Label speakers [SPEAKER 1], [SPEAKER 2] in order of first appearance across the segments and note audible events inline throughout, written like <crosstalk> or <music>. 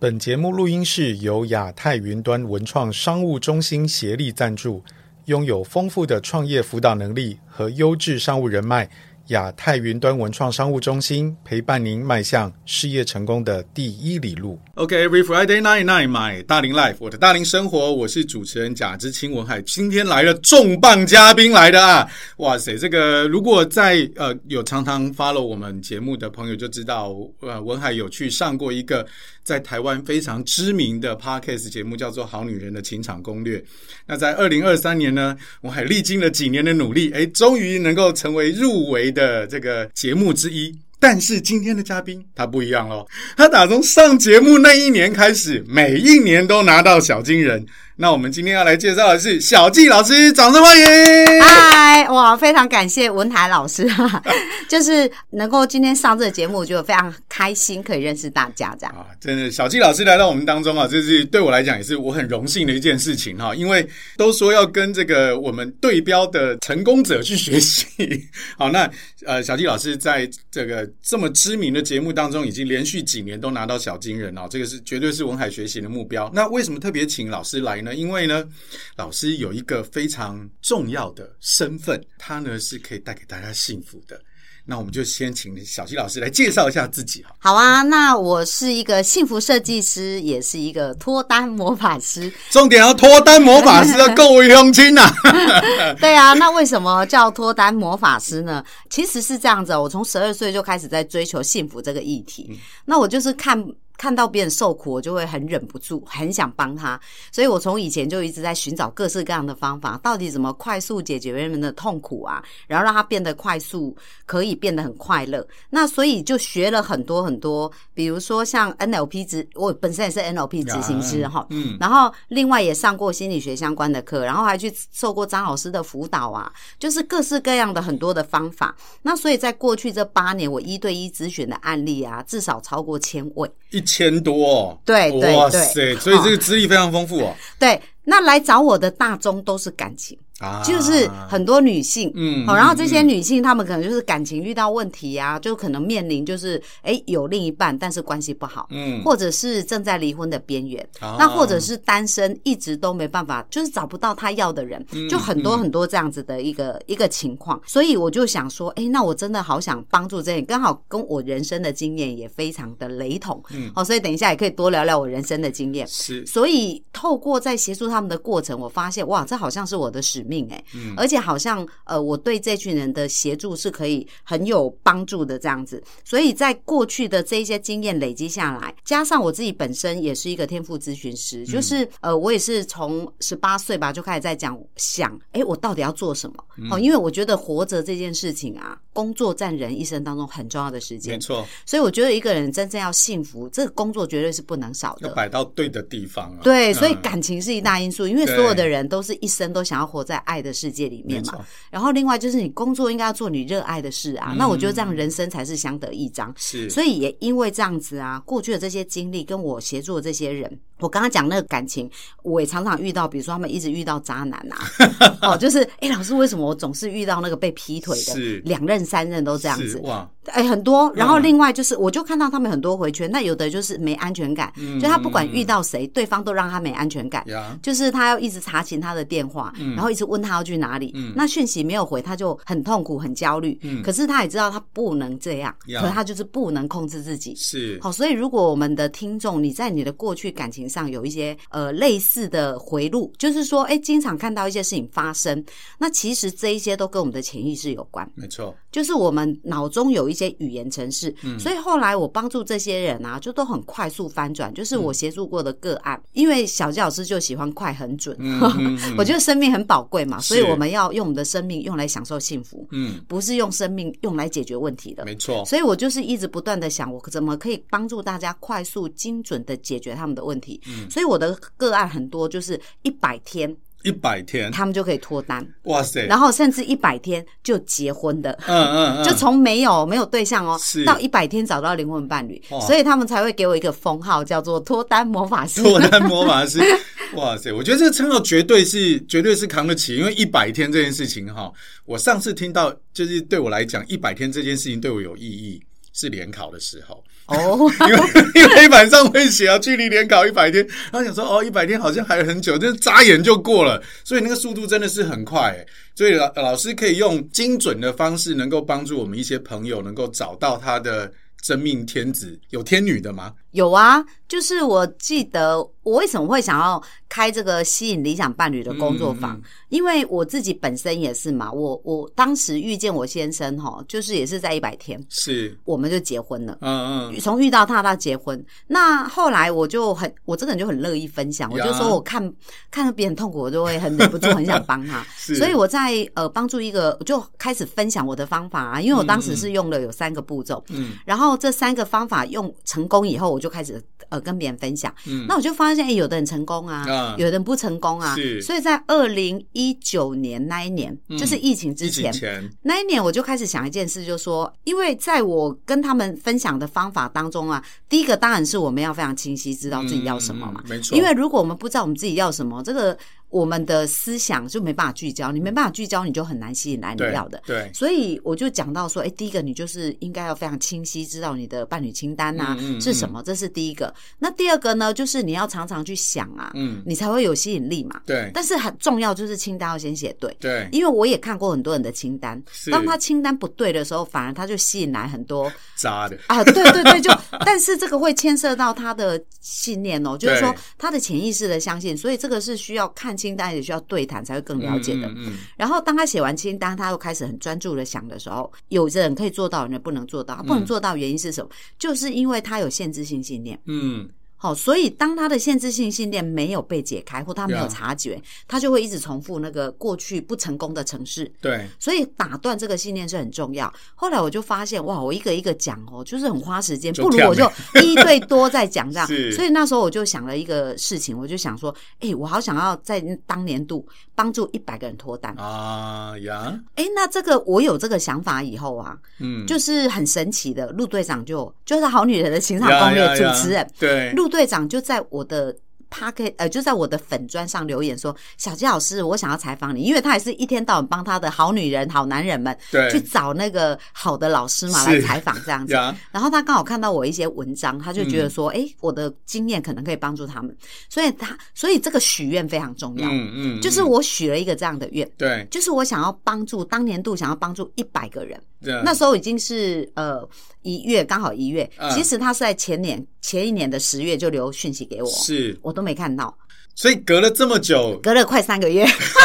[SPEAKER 1] 本节目录音室由亚太云端文创商务中心协力赞助。拥有丰富的创业辅导能力和优质商务人脉，亚太云端文创商务中心陪伴您迈向事业成功的第一里路。
[SPEAKER 2] OK，Every、Friday night night，买大龄 life，我的大龄生活，我是主持人贾之清文海。今天来了重磅嘉宾来的啊！哇塞，这个如果在呃有常常 follow 我们节目的朋友就知道，呃，文海有去上过一个在台湾非常知名的 podcast 节目，叫做《好女人的情场攻略》。那在二零二三年呢，我还历经了几年的努力，哎，终于能够成为入围的这个节目之一。但是今天的嘉宾他不一样喽，他打从上节目那一年开始，每一年都拿到小金人。那我们今天要来介绍的是小纪老师，掌声欢迎！
[SPEAKER 3] <laughs> 嗨，哇，非常感谢文海老师，啊 <laughs> 就是能够今天上这个节目，我觉得非常开心，可以认识大家这样。
[SPEAKER 2] 啊，真的，小纪老师来到我们当中啊，这是对我来讲也是我很荣幸的一件事情哈、因为都说要跟这个我们对标的成功者去学习。 <laughs> 好，那呃，小纪老师在这个这么知名的节目当中，已经连续几年都拿到小金人哦，这个是绝对是文海学习的目标。那为什么特别请老师来呢？因为呢，老师有一个非常重要的身份，他呢是可以带给大家幸福的。那我们就先请小纪老师来介绍一下自己哈。
[SPEAKER 3] 好啊，那我是一个幸福设计师，也是一个脱单魔法师。
[SPEAKER 2] 重点要脱单魔法师要够为用心呐。
[SPEAKER 3] 对啊，那为什么叫脱单魔法师呢？其实是这样子哦，我从十二岁就开始在追求幸福这个议题。那我就是看看到别人受苦，我就会很忍不住，很想帮他。所以我从以前就一直在寻找各式各样的方法，到底怎么快速解决人们的痛苦啊，然后让他变得快速，可以变得很快乐。那所以就学了很多很多，比如说像 NLP 执，我本身也是 NLP 执行师
[SPEAKER 2] 呀
[SPEAKER 3] 哈，
[SPEAKER 2] 嗯
[SPEAKER 3] 然后另外也上过心理学相关的课，然后还去受过张老师的辅导啊，就是各式各样的很多的方法。那所以在过去这八年，我一对一咨询的案例啊，至少超过千位。
[SPEAKER 2] 一千多、哦，
[SPEAKER 3] 对对
[SPEAKER 2] 哇
[SPEAKER 3] 对
[SPEAKER 2] 塞，所以这个资历非常丰富哦，
[SPEAKER 3] 对，那来找我的大宗都是感情，
[SPEAKER 2] 啊，
[SPEAKER 3] 哦就是很多女性，
[SPEAKER 2] 嗯
[SPEAKER 3] 好，然后这些
[SPEAKER 2] 嗯
[SPEAKER 3] 女性她们可能就是感情遇到问题啊，就可能面临就是哎有另一半，但是关系不好，
[SPEAKER 2] 嗯，
[SPEAKER 3] 或者是正在离婚的边缘，
[SPEAKER 2] 啊
[SPEAKER 3] 那或者是单身一直都没办法，就是找不到他要的人，就很多很多这样子的一个、一个情况。所以我就想说，哎、那我真的好想帮助这些，刚好跟我人生的经验也非常的雷同，
[SPEAKER 2] 嗯
[SPEAKER 3] 好、所以等一下也可以多聊聊我人生的经验。
[SPEAKER 2] 是
[SPEAKER 3] 所以透过在协助他们的过程，我发现哇，这好像是我的使命哎、
[SPEAKER 2] 嗯
[SPEAKER 3] 而且好像呃，我对这群人的协助是可以很有帮助的这样子。所以在过去的这一些经验累积下来，加上我自己本身也是一个天赋咨询
[SPEAKER 2] 嗯
[SPEAKER 3] 师，就是呃，我也是从十八岁吧就开始在讲想，哎，我到底要做什么？
[SPEAKER 2] 嗯
[SPEAKER 3] 哦，因为我觉得活着这件事情啊，工作占人一生当中很重要的时
[SPEAKER 2] 没
[SPEAKER 3] 间，
[SPEAKER 2] 错，
[SPEAKER 3] 所以我觉得一个人真正要幸福，这个工作绝对是不能少
[SPEAKER 2] 要
[SPEAKER 3] 的。
[SPEAKER 2] 摆到对的地方啊，
[SPEAKER 3] 对，
[SPEAKER 2] 嗯
[SPEAKER 3] 所以感情是一大因素，因为
[SPEAKER 2] 对
[SPEAKER 3] 所有的人都是一生都想要活在爱的世界里
[SPEAKER 2] 没
[SPEAKER 3] 面嘛。
[SPEAKER 2] 错，
[SPEAKER 3] 然后另外就是你工作应该要做你热爱的事啊，
[SPEAKER 2] 嗯
[SPEAKER 3] 那我觉得这样人生才是相得益彰。
[SPEAKER 2] 是，
[SPEAKER 3] 所以也因为这样子啊，过去的这些经历跟我协助的这些人，我刚刚讲那个感情，我也常常遇到，比如说他们一直遇到渣男啊，
[SPEAKER 2] <laughs>
[SPEAKER 3] 哦，就是哎、老师为什么我总是遇到那个被劈腿
[SPEAKER 2] 是
[SPEAKER 3] 的，两任三任都这样
[SPEAKER 2] 是
[SPEAKER 3] 子，
[SPEAKER 2] 哇，
[SPEAKER 3] 哎、很多，然后
[SPEAKER 2] 嗯
[SPEAKER 3] 另外就是，我就看到他们很多回圈，那有的就是没安全感，
[SPEAKER 2] 嗯
[SPEAKER 3] 就他不管遇到谁，对方都让他没安全感，
[SPEAKER 2] 呀，
[SPEAKER 3] 就是他要一直查询他的电话，
[SPEAKER 2] 嗯
[SPEAKER 3] 然后一直问他要去哪里，那讯息没有回，他就很痛苦、很焦虑。
[SPEAKER 2] 嗯
[SPEAKER 3] 可是他也知道他不能这样，
[SPEAKER 2] 呀
[SPEAKER 3] 可他就是不能控制自己。
[SPEAKER 2] 是
[SPEAKER 3] 好，所以如果我们的听众你在你的过去感情上有一些呃类似的回路，就是说，哎，经常看到一些事情发生，那其实这一些都跟我们的潜意识有关。
[SPEAKER 2] 没错，
[SPEAKER 3] 就是我们脑中有一些语言程式，
[SPEAKER 2] 嗯
[SPEAKER 3] 所以后来我帮助这些人啊，就都很快速翻转。就是我协助过的个案，因为小纪老师就喜欢快很准，
[SPEAKER 2] 嗯嗯嗯
[SPEAKER 3] <laughs> 我觉得生命很宝贵嘛，
[SPEAKER 2] 是
[SPEAKER 3] 所以我们要用我们的生命用来享受幸福，
[SPEAKER 2] 嗯，
[SPEAKER 3] 不是用生命用来解决问题的。
[SPEAKER 2] 没错，
[SPEAKER 3] 所以我就是一直不断的想，我怎么可以帮助大家快速、精准的解决他们的问题。
[SPEAKER 2] 嗯
[SPEAKER 3] 所以我的个案很多，就是一百天
[SPEAKER 2] 一百天，
[SPEAKER 3] 他们就可以脱单，
[SPEAKER 2] 哇塞，
[SPEAKER 3] 然后甚至一百天就结婚的。
[SPEAKER 2] 嗯嗯嗯，
[SPEAKER 3] 就从没有没有对象哦
[SPEAKER 2] 是，
[SPEAKER 3] 到一百天找到灵魂伴侣
[SPEAKER 2] 哇，
[SPEAKER 3] 所以他们才会给我一个封号，叫做脱单魔法师。
[SPEAKER 2] 脱单魔法师， <laughs> 哇塞！我觉得这个称号绝对是绝对是扛得起，因为一百天这件事情哈，我上次听到就是对我来讲，一百天这件事情对我有意义，是联考的时候，
[SPEAKER 3] 哦， <laughs>
[SPEAKER 2] 因为因为黑板上会写啊，距离联考一百天，然后想说哦，一百天好像还很久，就是眨眼就过了，所以那个速度真的是很快、欸，所以老老师可以用精准的方式，能够帮助我们一些朋友能够找到他的真命天子，有天女的吗？
[SPEAKER 3] 有啊，就是我记得我为什么会想要开这个吸引理想伴侣的工作坊，
[SPEAKER 2] 嗯
[SPEAKER 3] 因为我自己本身也是嘛，我我当时遇见我先生哈，就是也是在一百天，
[SPEAKER 2] 是，
[SPEAKER 3] 我们就结婚了。
[SPEAKER 2] 嗯嗯，
[SPEAKER 3] 从遇到他到结婚，那后来我就很，我这个人就很乐意分享。我
[SPEAKER 2] 呀
[SPEAKER 3] 就说，我看看到别人痛苦，我就会很忍不住很想帮他。
[SPEAKER 2] 是，
[SPEAKER 3] 所以我在呃帮助一个，我就开始分享我的方法啊，因为我当时是用了有三个步骤，
[SPEAKER 2] 嗯
[SPEAKER 3] 然后这三个方法用成功以后，我就开始呃跟别人分享。
[SPEAKER 2] 嗯，
[SPEAKER 3] 那我就发现，哎、有的人成功啊，
[SPEAKER 2] 啊
[SPEAKER 3] 有的人不成功啊
[SPEAKER 2] 是。
[SPEAKER 3] 所以在二零一九年那一年，
[SPEAKER 2] 嗯
[SPEAKER 3] 就是疫情之
[SPEAKER 2] 疫情
[SPEAKER 3] 前，
[SPEAKER 2] 前，
[SPEAKER 3] 那一年我就开始想一件事，就是说，因为在我跟他们分享的方法当中啊，第一个当然是我们要非常清晰知道自己要什么嘛
[SPEAKER 2] 嗯，，嗯没错，
[SPEAKER 3] 因为如果我们不知道我们自己要什么，这个我们的思想就没办法聚焦，你没办法聚焦，你就很难吸引来你
[SPEAKER 2] 对
[SPEAKER 3] 要的。
[SPEAKER 2] 对，
[SPEAKER 3] 所以我就讲到说，哎，第一个你就是应该要非常清晰知道你的伴侣清单呐、
[SPEAKER 2] 嗯嗯
[SPEAKER 3] 是什么，这是第一个。那第二个呢，就是你要常常去想啊，
[SPEAKER 2] 嗯，
[SPEAKER 3] 你才会有吸引力嘛。
[SPEAKER 2] 对
[SPEAKER 3] 但是很重要就是清单要先写对，
[SPEAKER 2] 对，
[SPEAKER 3] 因为我也看过很多人的清单，
[SPEAKER 2] 是
[SPEAKER 3] 当他清单不对的时候，反而他就吸引来很多
[SPEAKER 2] 渣的，
[SPEAKER 3] 啊，对对对，就但是这个会牵涉到他的信念哦，就是说
[SPEAKER 2] 对
[SPEAKER 3] 他的潜意识的相信，所以这个是需要看清单，也需要对谈才会更了解的。
[SPEAKER 2] 嗯嗯嗯
[SPEAKER 3] 然后，当他写完清单，他又开始很专注的想的时候，有的人可以做到，有的人不能做到。啊他不
[SPEAKER 2] 嗯
[SPEAKER 3] 能做到原因是什么？就是因为他有限制性信念。
[SPEAKER 2] 嗯，
[SPEAKER 3] 好、所以当他的限制性信念没有被解开，或他没有
[SPEAKER 2] Yeah
[SPEAKER 3] 察觉，他就会一直重复那个过去不成功的城市。
[SPEAKER 2] 对，
[SPEAKER 3] 所以打断这个信念是很重要。后来我就发现，哇，我一个一个讲哦，就是很花时间，
[SPEAKER 2] 就
[SPEAKER 3] 不如
[SPEAKER 2] 跳
[SPEAKER 3] 我就 <laughs> 一对多再讲这
[SPEAKER 2] <laughs>
[SPEAKER 3] 样
[SPEAKER 2] 是。
[SPEAKER 3] 所以那时候我就想了一个事情，我就想说，哎、我好想要在当年度帮助一百个人脱单。
[SPEAKER 2] 啊呀，
[SPEAKER 3] 哎、那这个我有这个想法以后啊，
[SPEAKER 2] 嗯，
[SPEAKER 3] 就是很神奇的，陆队长就就是《好女人的情场
[SPEAKER 2] 呀
[SPEAKER 3] 攻略
[SPEAKER 2] 呀》呀哎
[SPEAKER 3] 主持人，
[SPEAKER 2] 对，
[SPEAKER 3] 陆队长就在我的。他可以呃，就在我的粉砖上留言说：“小鸡老师，我想要采访你，因为他也是一天到晚帮他的好女人、好男人们
[SPEAKER 2] 对
[SPEAKER 3] 去找那个好的老师嘛
[SPEAKER 2] 是
[SPEAKER 3] 来采访
[SPEAKER 2] <laughs>
[SPEAKER 3] 这样子。
[SPEAKER 2] 呀，
[SPEAKER 3] 然后他刚好看到我一些文章，他就觉得
[SPEAKER 2] 嗯
[SPEAKER 3] 说，哎、我的经验可能可以帮助他们，所以他所以这个许愿非常重要，
[SPEAKER 2] 嗯嗯，
[SPEAKER 3] 就是
[SPEAKER 2] 嗯
[SPEAKER 3] 我许了一个这样的愿。
[SPEAKER 2] 对，
[SPEAKER 3] 就是我想要帮助当年度想要帮助一百个人，
[SPEAKER 2] 那
[SPEAKER 3] 那时候已经是呃一月，刚好一月。
[SPEAKER 2] 嗯
[SPEAKER 3] 其实他是在前年前一年的十月就留讯息给我，
[SPEAKER 2] 是，
[SPEAKER 3] 我都没看到，
[SPEAKER 2] 所以隔了这么久，
[SPEAKER 3] 隔了快三个月， <laughs>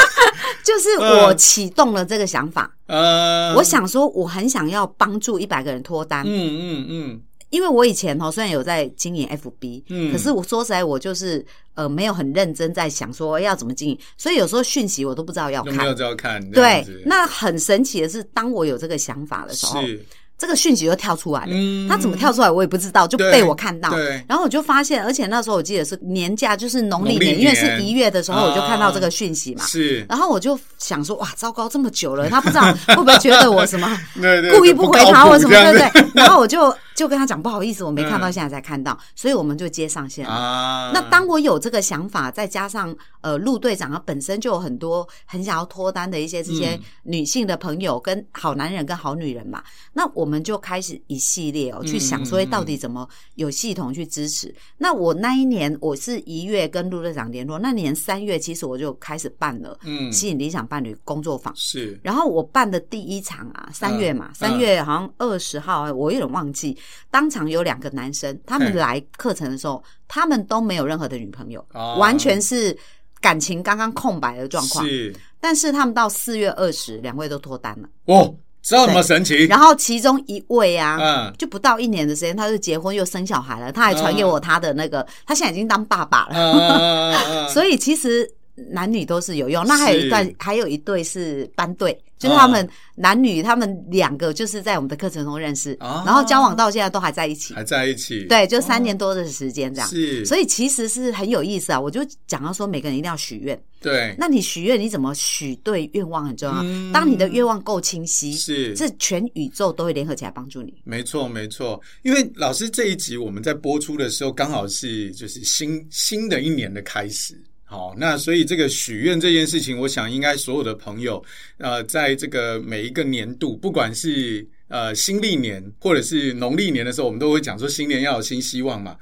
[SPEAKER 3] 就是
[SPEAKER 2] 嗯
[SPEAKER 3] 我启动了这个想法。
[SPEAKER 2] 呃，
[SPEAKER 3] 我，想说，我很想要帮助一百个人脱单，
[SPEAKER 2] 嗯嗯嗯，
[SPEAKER 3] 因为我以前哦，虽然有在经营 FB，
[SPEAKER 2] 嗯
[SPEAKER 3] 可是我说实在，我就是呃没有很认真在想说要怎么经营，所以有时候讯息我都不知道要
[SPEAKER 2] 有没有
[SPEAKER 3] 看。
[SPEAKER 2] 这样看？这样
[SPEAKER 3] 对
[SPEAKER 2] 子，
[SPEAKER 3] 那很神奇的是，当我有这个想法的时候，
[SPEAKER 2] 是，
[SPEAKER 3] 这个讯息就跳出来了。
[SPEAKER 2] 嗯
[SPEAKER 3] 它怎么跳出来我也不知道，就
[SPEAKER 2] 对
[SPEAKER 3] 被我看到。
[SPEAKER 2] 对，
[SPEAKER 3] 然后我就发现，而且那时候我记得是年假，就是农历
[SPEAKER 2] 农历
[SPEAKER 3] 年，因为是
[SPEAKER 2] 年
[SPEAKER 3] 一月的时候，我就看到这
[SPEAKER 2] 啊
[SPEAKER 3] 个讯息嘛。
[SPEAKER 2] 是，
[SPEAKER 3] 然后我就想说，哇，糟糕，这么久了，他不
[SPEAKER 2] <laughs>
[SPEAKER 3] 知道会不会觉得我什么
[SPEAKER 2] 对对，
[SPEAKER 3] 故意不回他
[SPEAKER 2] 靠
[SPEAKER 3] 或
[SPEAKER 2] 谱
[SPEAKER 3] 什么，
[SPEAKER 2] 这样
[SPEAKER 3] 对不
[SPEAKER 2] 子嗯
[SPEAKER 3] 对？然后我就就跟他讲，不好意思，我没看到，现在才看到，所以我们就接上线了。
[SPEAKER 2] 啊？
[SPEAKER 3] 那当我有这个想法，再加上呃，陆队长他本身就有很多很想要脱单的一些这些
[SPEAKER 2] 嗯
[SPEAKER 3] 女性的朋友，跟好男人跟好女人嘛，那我们就开始一系列哦、去想，说
[SPEAKER 2] 嗯
[SPEAKER 3] 诶到底怎么有系统去支持。那我那一年我是一月跟陆队长联络，那年三月其实我就开始办了
[SPEAKER 2] 嗯
[SPEAKER 3] 吸引理想伴侣工作坊。
[SPEAKER 2] 是
[SPEAKER 3] 然后我办的第一场啊，三月嘛，
[SPEAKER 2] 嗯
[SPEAKER 3] 三、月好像二十号啊，我有点忘记。当场有两个男生，他们
[SPEAKER 2] 嘿
[SPEAKER 3] 来课程的时候，他们都没有任何的女朋友，
[SPEAKER 2] 啊
[SPEAKER 3] 完全是感情刚刚空白的状况。
[SPEAKER 2] 是，
[SPEAKER 3] 但是他们到四月二十，两位都脱单了。
[SPEAKER 2] 哇，这么神奇，
[SPEAKER 3] 然后其中一位啊，
[SPEAKER 2] 嗯
[SPEAKER 3] 就不到一年的时间，他就结婚又生小孩了。他还传给我他的那个，他现在已经当爸爸了。
[SPEAKER 2] 啊，以
[SPEAKER 3] <laughs> 所以其实男女都是有用。那还有一
[SPEAKER 2] 是
[SPEAKER 3] 段，还有一对是班队，就是他们男女，他们两个就是在我们的课程中认识，
[SPEAKER 2] 啊
[SPEAKER 3] 然后交往到现在都还在一起。
[SPEAKER 2] 还在一起，
[SPEAKER 3] 对，就三年多的时间这样。
[SPEAKER 2] 是，
[SPEAKER 3] 所
[SPEAKER 2] 以
[SPEAKER 3] 以其实是很有意思啊！我就讲到说，每个人一定要许愿。
[SPEAKER 2] 对，
[SPEAKER 3] 那你许愿，你怎么许对愿望很重要。
[SPEAKER 2] 嗯
[SPEAKER 3] 当你的愿望够清晰，
[SPEAKER 2] 是
[SPEAKER 3] 这全宇宙都会联合起来帮助你。
[SPEAKER 2] 没错，没错，因为老师这一集我们在播出的时候，刚好是就是新新的一年的开始。好，那所以这个许愿这件事情，我想应该所有的朋友，呃，在这个每一个年度，不管是呃新历年或者是农历年的时候，我们都会讲说新年要有新希望嘛。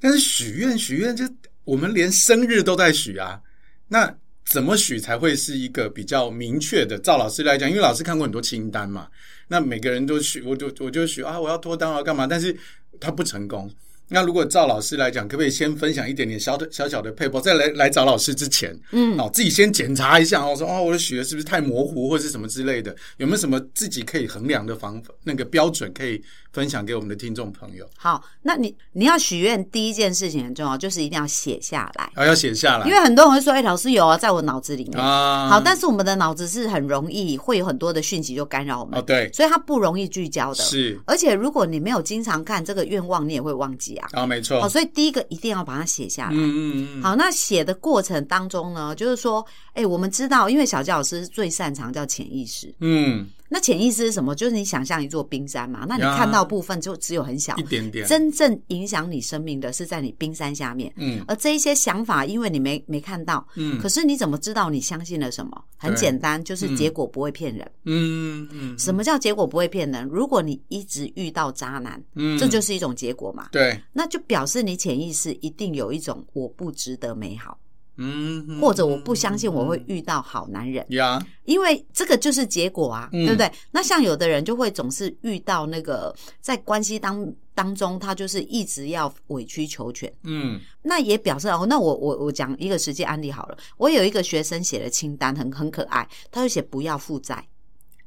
[SPEAKER 2] 但是许愿许愿就我们连生日都在许啊，那怎么许才会是一个比较明确的？照老师来讲，因为老师看过很多清单嘛，那每个人都许，我就我就许啊，我要脱单啊，干嘛？但是他不成功。那如果照老师来讲，可不可以先分享一点点小的小小的配包，在来来找老师之前，
[SPEAKER 3] 嗯
[SPEAKER 2] 哦，自己先检查一下哦，说哦，我的许的是不是太模糊，或是什么之类的，有没有什么自己可以衡量的方那个标准可以分享给我们的听众朋友？
[SPEAKER 3] 好，那你你要许愿，第一件事情很重要，就是一定要写下来，
[SPEAKER 2] 啊，要写下来
[SPEAKER 3] 因为很多人会说，哎、老师有啊，在我脑子里面。
[SPEAKER 2] 啊。
[SPEAKER 3] 好，但是我们的脑子是很容易会有很多的讯息就干扰我们，
[SPEAKER 2] 哦，对，
[SPEAKER 3] 所以它不容易聚焦的。
[SPEAKER 2] 是
[SPEAKER 3] 而且如果你没有经常看这个愿望，你也会忘记啊。
[SPEAKER 2] 啊，没错
[SPEAKER 3] 哦，，所以第一个一定要把它写下来。
[SPEAKER 2] 嗯嗯嗯，
[SPEAKER 3] 好，那写的过程当中呢，就是说，哎、我们知道，因为小教老师最擅长叫潜意识。
[SPEAKER 2] 嗯，
[SPEAKER 3] 那潜意识是什么？就是你想象一座冰山嘛，那你
[SPEAKER 2] 呀
[SPEAKER 3] 看到部分就只有很小
[SPEAKER 2] 一，点点，
[SPEAKER 3] 真正影响你生命的是在你冰山下面。
[SPEAKER 2] 嗯
[SPEAKER 3] 而这一些想法，因为你没没看到，
[SPEAKER 2] 嗯，
[SPEAKER 3] 可是你怎么知道你相信了什么？很
[SPEAKER 2] 对
[SPEAKER 3] 简单，就是
[SPEAKER 2] 嗯
[SPEAKER 3] 结果不会骗人。
[SPEAKER 2] 嗯嗯，
[SPEAKER 3] 什么叫结果不会骗人？如果你一直遇到渣男，
[SPEAKER 2] 嗯，
[SPEAKER 3] 这就是一种结果嘛，
[SPEAKER 2] 对，
[SPEAKER 3] 那就表示你潜意识一定有一种我不值得美好。
[SPEAKER 2] 嗯，
[SPEAKER 3] 或者我不相信我会遇到好男人，
[SPEAKER 2] 呀，
[SPEAKER 3] 因为这个就是结果啊，
[SPEAKER 2] 嗯
[SPEAKER 3] 对不对？那像有的人就会总是遇到那个在关系当当中，他就是一直要委曲求全，
[SPEAKER 2] 嗯
[SPEAKER 3] 那也表示哦，那我我我讲一个实际案例好了，我有一个学生写的清单很很可爱，他就写不要负债。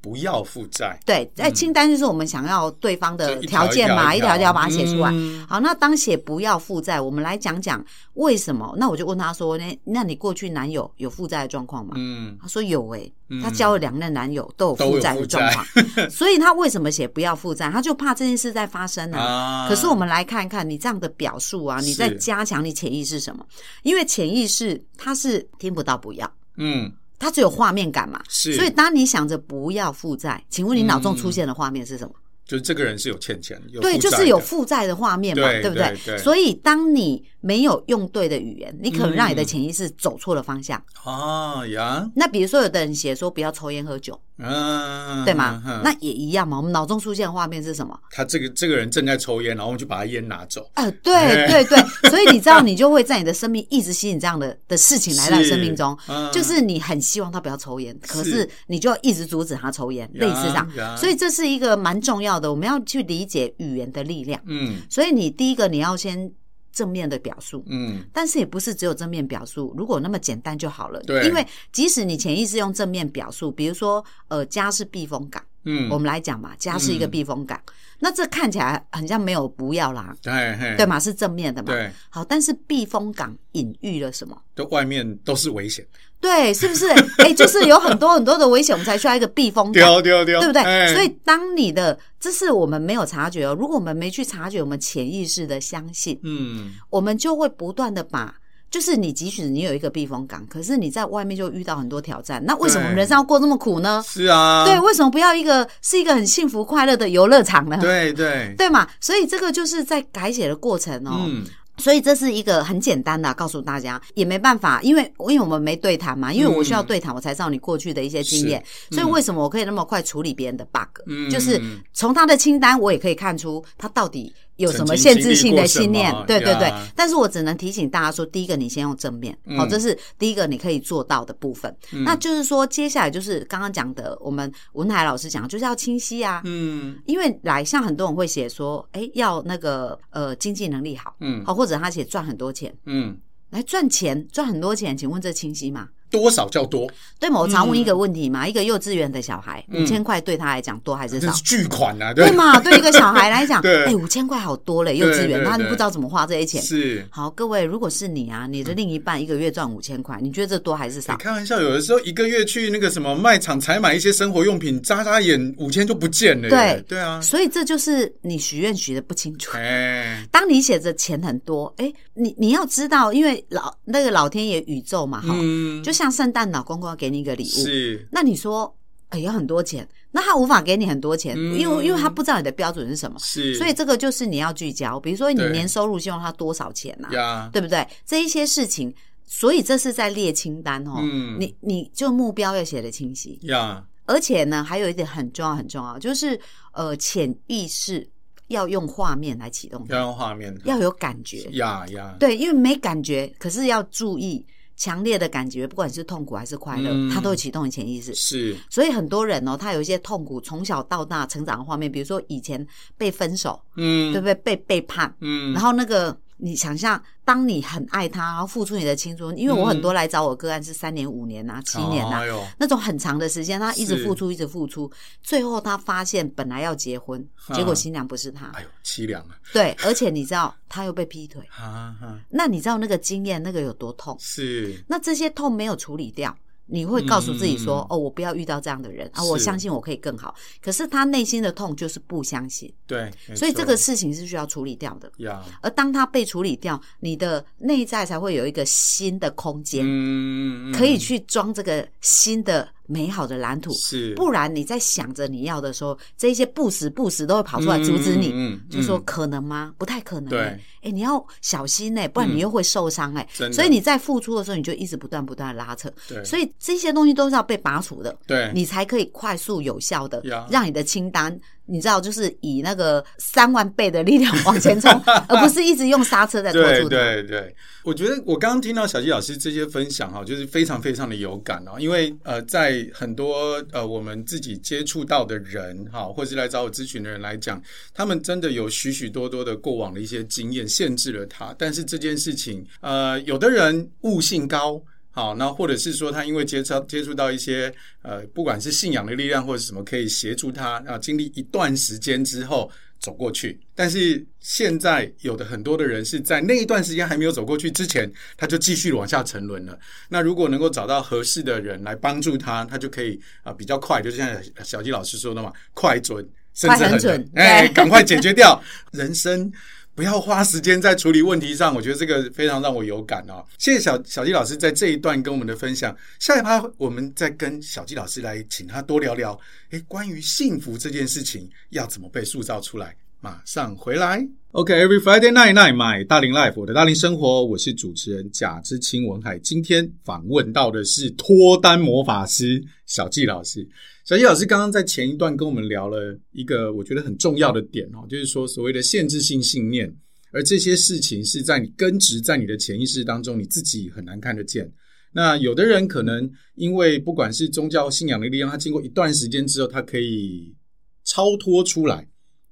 [SPEAKER 2] 不要负债
[SPEAKER 3] 对，哎，
[SPEAKER 2] 嗯
[SPEAKER 3] 清单就是我们想要对方的
[SPEAKER 2] 就一
[SPEAKER 3] 条件嘛，
[SPEAKER 2] 一
[SPEAKER 3] 一
[SPEAKER 2] 条
[SPEAKER 3] 条一条把它写出来。
[SPEAKER 2] 嗯
[SPEAKER 3] 好，那当写不要负债，我们来讲讲为什么？那我就问他说，那那你过去男友有负债的状况吗？
[SPEAKER 2] 嗯
[SPEAKER 3] 他说有诶、
[SPEAKER 2] 嗯
[SPEAKER 3] 他交了两任男友都有负债的状况， <laughs> 所以他为什么写不要负债？他就怕这件事在发生啊。
[SPEAKER 2] 啊
[SPEAKER 3] 可是我们来看一看你这样的表述啊，
[SPEAKER 2] 是
[SPEAKER 3] 你在加强你潜意识什么？因为潜意识它是听不到不要，
[SPEAKER 2] 嗯
[SPEAKER 3] 它只有画面感嘛。
[SPEAKER 2] 是，
[SPEAKER 3] 所以当你想着不要负债，请问你脑中出现的画面是什么？
[SPEAKER 2] 就是这个人是有欠钱，嗯有
[SPEAKER 3] 对，
[SPEAKER 2] 负
[SPEAKER 3] 就
[SPEAKER 2] 债
[SPEAKER 3] 是有
[SPEAKER 2] 的
[SPEAKER 3] 负债的画面嘛，
[SPEAKER 2] 对
[SPEAKER 3] 不
[SPEAKER 2] 对对
[SPEAKER 3] 所以当你没有用对的语言，你可能让你的
[SPEAKER 2] 嗯
[SPEAKER 3] 潜意识走错了方向。
[SPEAKER 2] 啊呀，
[SPEAKER 3] 那比如说，有的人写说不要抽烟喝酒。
[SPEAKER 2] 嗯，
[SPEAKER 3] 对吗
[SPEAKER 2] 嗯？
[SPEAKER 3] 那也一样嘛。我们脑中出现的画面是什么？
[SPEAKER 2] 他这个这个人正在抽烟，然后我们就把他烟拿走，
[SPEAKER 3] 呃，
[SPEAKER 2] 哎
[SPEAKER 3] 对对对，所以你知道，你就会在你的生命一直吸引这样的的事情来到
[SPEAKER 2] <laughs>
[SPEAKER 3] 你生命中。
[SPEAKER 2] 嗯
[SPEAKER 3] 就是你很希望他不要抽烟，可是你就要一直阻止他抽烟，类似这样。
[SPEAKER 2] 呀
[SPEAKER 3] 所以这是一个蛮重要的，我们要去理解语言的力量。
[SPEAKER 2] 嗯
[SPEAKER 3] 所以你第一个你要先正面的表述，
[SPEAKER 2] 嗯
[SPEAKER 3] 但是也不是只有正面表述，如果那么简单就好了。
[SPEAKER 2] 对
[SPEAKER 3] 因为即使你潜意识用正面表述，比如说呃家是避风港。
[SPEAKER 2] 嗯，
[SPEAKER 3] 我们来讲嘛，家是一个避风港，那这看起来很像没有不要啦，
[SPEAKER 2] 嘿嘿
[SPEAKER 3] 对吗？是正面的嘛。
[SPEAKER 2] 对，
[SPEAKER 3] 好，但是避风港隐喻了什么？
[SPEAKER 2] 都外面都是危险，
[SPEAKER 3] 对，是不 <laughs> 是？哎、就是有很多很多的危险，我们才需要一个避风港，
[SPEAKER 2] 丢丢丢，
[SPEAKER 3] 对不对？
[SPEAKER 2] 哎
[SPEAKER 3] 所以当你的这是我们没有察觉哦，如果我们没去察觉，我们潜意识的相信，
[SPEAKER 2] 嗯
[SPEAKER 3] 我们就会不断的把。就是你，即使你有一个避风港，可是你在外面就遇到很多挑战。那为什么我们
[SPEAKER 2] 对
[SPEAKER 3] 人生要过这么苦呢？
[SPEAKER 2] 是啊，
[SPEAKER 3] 对，为什么不要一个是一个很幸福快乐的游乐场呢？
[SPEAKER 2] 对对，
[SPEAKER 3] 对嘛？所以这个就是在改写的过程哦，
[SPEAKER 2] 嗯
[SPEAKER 3] 所以这是一个很简单的、啊告诉大家，也没办法，因为因为我们没对谈
[SPEAKER 2] 嗯
[SPEAKER 3] 嘛，因为我需要对谈，我才知道你过去的一些经验，所以为什么我可以那么快处理别人的 bug？、
[SPEAKER 2] 嗯
[SPEAKER 3] 就是从他的清单，我也可以看出他到底有什么
[SPEAKER 2] 曾经
[SPEAKER 3] 限制性的信
[SPEAKER 2] 经
[SPEAKER 3] 念
[SPEAKER 2] 历过什么，
[SPEAKER 3] 对对对
[SPEAKER 2] 呀。
[SPEAKER 3] 但是我只能提醒大家说，第一个你先用正面，
[SPEAKER 2] 嗯
[SPEAKER 3] 好，这是第一个你可以做到的部分。那就是说，接下来就是刚刚讲的，我们文海老师讲，就是要清晰啊，
[SPEAKER 2] 嗯
[SPEAKER 3] 因为来像很多人会写说，哎，要那个呃经济能力好，
[SPEAKER 2] 嗯
[SPEAKER 3] 好或者他写赚很多钱，
[SPEAKER 2] 嗯，
[SPEAKER 3] 来赚钱赚很多钱，请问这清晰吗？
[SPEAKER 2] 多少叫多，
[SPEAKER 3] 对吗？我常问一个问题嘛，一个幼稚园的小孩
[SPEAKER 2] 嗯
[SPEAKER 3] 五千块对他来讲多还是
[SPEAKER 2] 这 <laughs>
[SPEAKER 3] 少？
[SPEAKER 2] 是巨款啊，
[SPEAKER 3] 对嘛？对一个小孩来
[SPEAKER 2] <laughs>
[SPEAKER 3] 讲，
[SPEAKER 2] 对
[SPEAKER 3] 哎，五千块好多嘞，幼稚
[SPEAKER 2] 对对
[SPEAKER 3] 园他就
[SPEAKER 2] 对
[SPEAKER 3] 不知道怎么花这些钱。
[SPEAKER 2] 是。嗯
[SPEAKER 3] 好，各位，如果是你啊，你的另一半一个月赚五千块，你觉得这多还是
[SPEAKER 2] 你
[SPEAKER 3] 少？
[SPEAKER 2] 开玩笑，有的时候一个月去那个什么卖场采买一些生活用品，眨眨眼五千就不见了耶。
[SPEAKER 3] 对
[SPEAKER 2] 对啊，
[SPEAKER 3] 所以这就是你许愿许的不清楚。
[SPEAKER 2] 哎，
[SPEAKER 3] <laughs> 当你写着钱很多，哎，你你要知道，因为老那个老天爷宇宙嘛，哈、
[SPEAKER 2] 嗯，
[SPEAKER 3] 就像圣诞老公公要给你一个礼物，
[SPEAKER 2] 是
[SPEAKER 3] 那你说，哎，要很多钱，那他无法给你很多钱，
[SPEAKER 2] 嗯
[SPEAKER 3] 因为因为他不知道你的标准是什么，
[SPEAKER 2] 是，
[SPEAKER 3] 所以这个就是你要聚焦，比如说你
[SPEAKER 2] 对
[SPEAKER 3] 年收入希望他多少钱啊，
[SPEAKER 2] 呀，
[SPEAKER 3] 对不对？这一些事情，所以这是在列清单哦，
[SPEAKER 2] 嗯
[SPEAKER 3] 你你就目标要写的清晰，
[SPEAKER 2] 呀，
[SPEAKER 3] 而且呢，还有一点很重要很重要，就是呃，潜意识要用画面来启动它，
[SPEAKER 2] 要用画面，
[SPEAKER 3] 要有感觉。
[SPEAKER 2] 呀呀，
[SPEAKER 3] 对，因为没感觉，可是要注意强烈的感觉，不管是痛苦还是快乐，
[SPEAKER 2] 嗯
[SPEAKER 3] 它都会启动你潜意识。
[SPEAKER 2] 是
[SPEAKER 3] 所以很多人哦，他有一些痛苦，从小到大成长的画面，比如说以前被分手，
[SPEAKER 2] 嗯，
[SPEAKER 3] 对不对？被背叛，
[SPEAKER 2] 嗯，
[SPEAKER 3] 然后那个你想象，当你很爱他，然后付出你的青春，因为我很
[SPEAKER 2] 嗯
[SPEAKER 3] 多来找我个案是三年、五年啊、七年啊。
[SPEAKER 2] 哎呦，
[SPEAKER 3] 那种很长的时间，他一直
[SPEAKER 2] 是
[SPEAKER 3] 付出，一直付出，最后他发现本来要结婚，
[SPEAKER 2] 啊
[SPEAKER 3] 结果新娘不是他，
[SPEAKER 2] 哎呦，凄凉啊！
[SPEAKER 3] 对，而且你知道他又被劈腿，
[SPEAKER 2] 哈哈，
[SPEAKER 3] 那你知道那个经验那个有多痛？
[SPEAKER 2] 是
[SPEAKER 3] 那这些痛没有处理掉，你会告诉自己说：“
[SPEAKER 2] 嗯
[SPEAKER 3] 哦，我不要遇到这样的人啊，
[SPEAKER 2] 是
[SPEAKER 3] 我相信我可以更好。”可是他内心的痛就是不相信，
[SPEAKER 2] 对，没
[SPEAKER 3] 所以
[SPEAKER 2] 错
[SPEAKER 3] 这个事情是需要处理掉的。
[SPEAKER 2] 呀，
[SPEAKER 3] 而当它被处理掉，你的内在才会有一个新的空间，
[SPEAKER 2] 嗯，
[SPEAKER 3] 可以
[SPEAKER 2] 嗯
[SPEAKER 3] 去装这个新的美好的蓝图。
[SPEAKER 2] 是
[SPEAKER 3] 不然你在想着你要的时候，这些不时不时都会跑出来阻止你，
[SPEAKER 2] 嗯嗯嗯嗯
[SPEAKER 3] 就说可能吗？不太可能、
[SPEAKER 2] 对嗯
[SPEAKER 3] 欸。哎、你要小心哎、不然你又会受伤哎、
[SPEAKER 2] 真的
[SPEAKER 3] 所以你在付出的时候，你就一直不断不断的拉扯。
[SPEAKER 2] 对，
[SPEAKER 3] 所
[SPEAKER 2] 以
[SPEAKER 3] 以这些东西都是要被拔除的，
[SPEAKER 2] 对
[SPEAKER 3] 你才可以快速有效的
[SPEAKER 2] 呀
[SPEAKER 3] 让你的清单，你知道，就是以那个三万倍的力量往
[SPEAKER 2] <laughs>
[SPEAKER 3] 前冲，而不是一直用刹车在拖
[SPEAKER 2] 对
[SPEAKER 3] 住它。
[SPEAKER 2] 对对，我觉得我刚刚听到小纪老师这些分享哈，就是非常非常的有感哦，因为呃，在很多呃我们自己接触到的人哈，或是来找我咨询的人来讲，他们真的有许许多多的过往的一些经验限制了他，但是这件事情，呃，有的人悟性高。好，那或者是说他因为接触接触到一些呃，不管是信仰的力量或者什么，可以协助他啊，经历一段时间之后走过去。但是现在有的很多的人是在那一段时间还没有走过去之前，他就继续往下沉沦了。那如果能够找到合适的人来帮助他，他就可以啊、比较快，就像小小纪老师说的嘛，快准，甚至
[SPEAKER 3] 快
[SPEAKER 2] 很
[SPEAKER 3] 很准
[SPEAKER 2] 准，哎，
[SPEAKER 3] 对
[SPEAKER 2] 赶快解决掉人生。不要花时间在处理问题上，我觉得这个非常让我有感哦。谢谢小小纪老师在这一段跟我们的分享。下一趴我们再跟小纪老师来请他多聊聊，诶，关于幸福这件事情要怎么被塑造出来。马上回来。OK，Every、Friday night night，买大龄 life，我的大龄生活，我是主持人贾之清文海。今天访问到的是脱单魔法师小纪老师。小纪老师刚刚在前一段跟我们聊了一个我觉得很重要的点哦，就是说所谓的限制性信念，而这些事情是在你根植在你的潜意识当中，你自己很难看得见。那有的人可能因为不管是宗教信仰的力量，他经过一段时间之后，他可以超脱出来。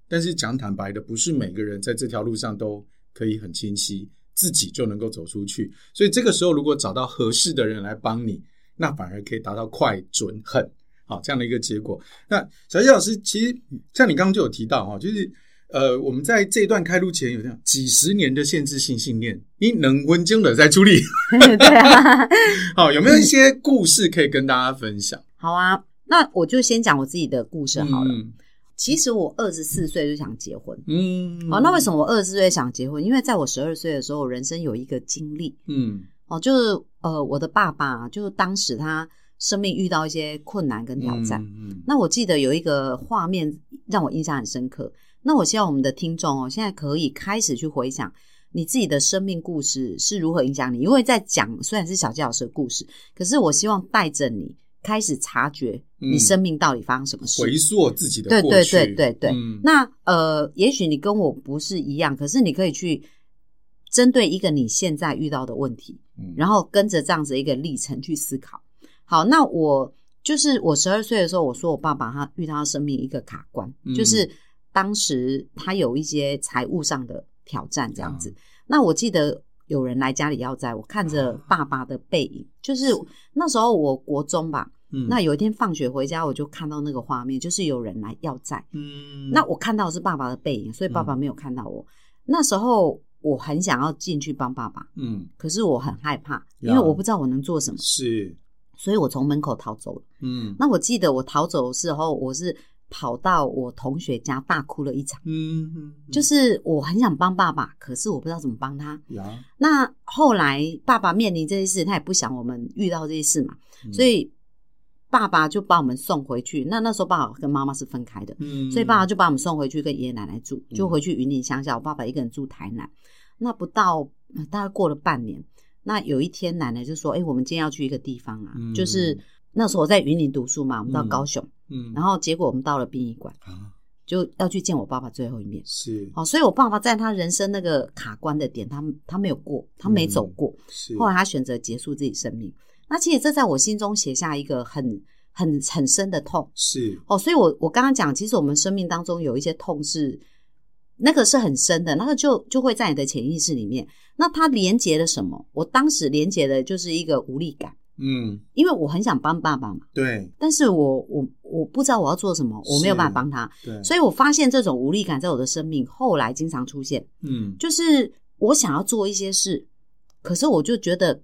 [SPEAKER 2] 但是讲坦白的，不是每个人在这条路上都可以很清晰，自己就能够走出去。所以这个时候，如果找到合适的人来帮你，那反而可以达到快、准、狠，好这样的一个结果。那小谢老师，其实像你刚刚就有提到哈，就是呃，我们在这一段开录前有这样几十年的限制性信念，你能温经的在处理。
[SPEAKER 3] <laughs> 对啊，
[SPEAKER 2] 好，有没有一些故事可以跟大家分享？
[SPEAKER 3] 好啊。那我就先讲我自己的故事 <laughs> 好了。
[SPEAKER 2] 嗯
[SPEAKER 3] 其实我二十四岁就想结婚。
[SPEAKER 2] 嗯
[SPEAKER 3] 哦，那为什
[SPEAKER 2] 么？
[SPEAKER 3] 么我二十四岁想结婚？因为在我十二岁的时候，我人生有一个经历。
[SPEAKER 2] 嗯
[SPEAKER 3] 哦，就是呃，我的爸爸，就是当时他生命遇到一些困难跟挑战。
[SPEAKER 2] 嗯
[SPEAKER 3] 那我记得有一个画面让我印象很深刻。那我希望我们的听众哦，现在可以开始去回想你自己的生命故事是如何影响你。因为在讲虽然是小纪老师的故事，可是我希望带着你开始察觉你
[SPEAKER 2] 嗯
[SPEAKER 3] 生命到底发生什么事。
[SPEAKER 2] 回溯自己的
[SPEAKER 3] 对
[SPEAKER 2] 过
[SPEAKER 3] 对
[SPEAKER 2] 去，
[SPEAKER 3] 对对对。
[SPEAKER 2] 嗯
[SPEAKER 3] 那呃，也许你跟我不是一样，可是你可以去针对一个你现在遇到的问题，
[SPEAKER 2] 嗯
[SPEAKER 3] 然后跟着这样子一个历程去思考。好，那我就是我十二岁的时候，我说我爸爸他遇到他生命一个卡关，
[SPEAKER 2] 嗯
[SPEAKER 3] 就是当时他有一些财务上的挑战这样子。
[SPEAKER 2] 啊
[SPEAKER 3] 那我记得。有人来家里要债，我看着爸爸的背影，就是那时候我国中吧。
[SPEAKER 2] 嗯
[SPEAKER 3] 那有一天放学回家，我就看到那个画面，就是有人来要债，
[SPEAKER 2] 嗯
[SPEAKER 3] 那我看到的是爸爸的背影，所以爸爸没有看到我。那时候我很想要进去帮爸爸，
[SPEAKER 2] 嗯
[SPEAKER 3] 可是我很害怕，
[SPEAKER 2] 呀
[SPEAKER 3] 因为我不知道我能做什么，
[SPEAKER 2] 是
[SPEAKER 3] 所以我从门口逃走了。
[SPEAKER 2] 嗯
[SPEAKER 3] 那我记得我逃走的时候，我是跑到我同学家大哭了一场，
[SPEAKER 2] 嗯嗯
[SPEAKER 3] 就是我很想帮爸爸，可是我不知道怎么帮他。
[SPEAKER 2] 呀
[SPEAKER 3] 那后来爸爸面临这些事，他也不想我们遇到这些事嘛，
[SPEAKER 2] 嗯
[SPEAKER 3] 所以爸爸就把我们送回去。那那时候爸爸跟妈妈是分开的，
[SPEAKER 2] 嗯
[SPEAKER 3] 所以爸爸就把我们送回去跟爷爷奶奶住，就回去云林乡下。我爸爸一个人住台南，那不到呃大概过了半年，那有一天奶奶就说：“哎、我们今天要去一个地方啊，
[SPEAKER 2] 嗯
[SPEAKER 3] 就是那时候我在云林读书嘛，我们到
[SPEAKER 2] 嗯
[SPEAKER 3] 高雄，
[SPEAKER 2] 嗯
[SPEAKER 3] 然后结果我们到了殡仪馆，
[SPEAKER 2] 啊，
[SPEAKER 3] 就要去见我爸爸最后一面。
[SPEAKER 2] 是
[SPEAKER 3] 哦，所以我爸爸在他人生那个卡关的点，他他没有过，他
[SPEAKER 2] 嗯
[SPEAKER 3] 没走过。
[SPEAKER 2] 是，
[SPEAKER 3] 后来他选择结束自己生命。那其实这在我心中写下一个很很很深的痛
[SPEAKER 2] 是
[SPEAKER 3] 哦，所以我我刚刚讲，其实我们生命当中有一些痛是那个是很深的，那个就就会在你的潜意识里面。那它连接了什么？我当时连接的就是一个无力感，
[SPEAKER 2] 嗯，
[SPEAKER 3] 因为我很想帮爸爸嘛，
[SPEAKER 2] 对
[SPEAKER 3] 但是我我我不知道我要做什么，我没有办法帮他，
[SPEAKER 2] 对，
[SPEAKER 3] 所以我发现这种无力感在我的生命后来经常出现。
[SPEAKER 2] 嗯
[SPEAKER 3] 就是我想要做一些事，可是我就觉得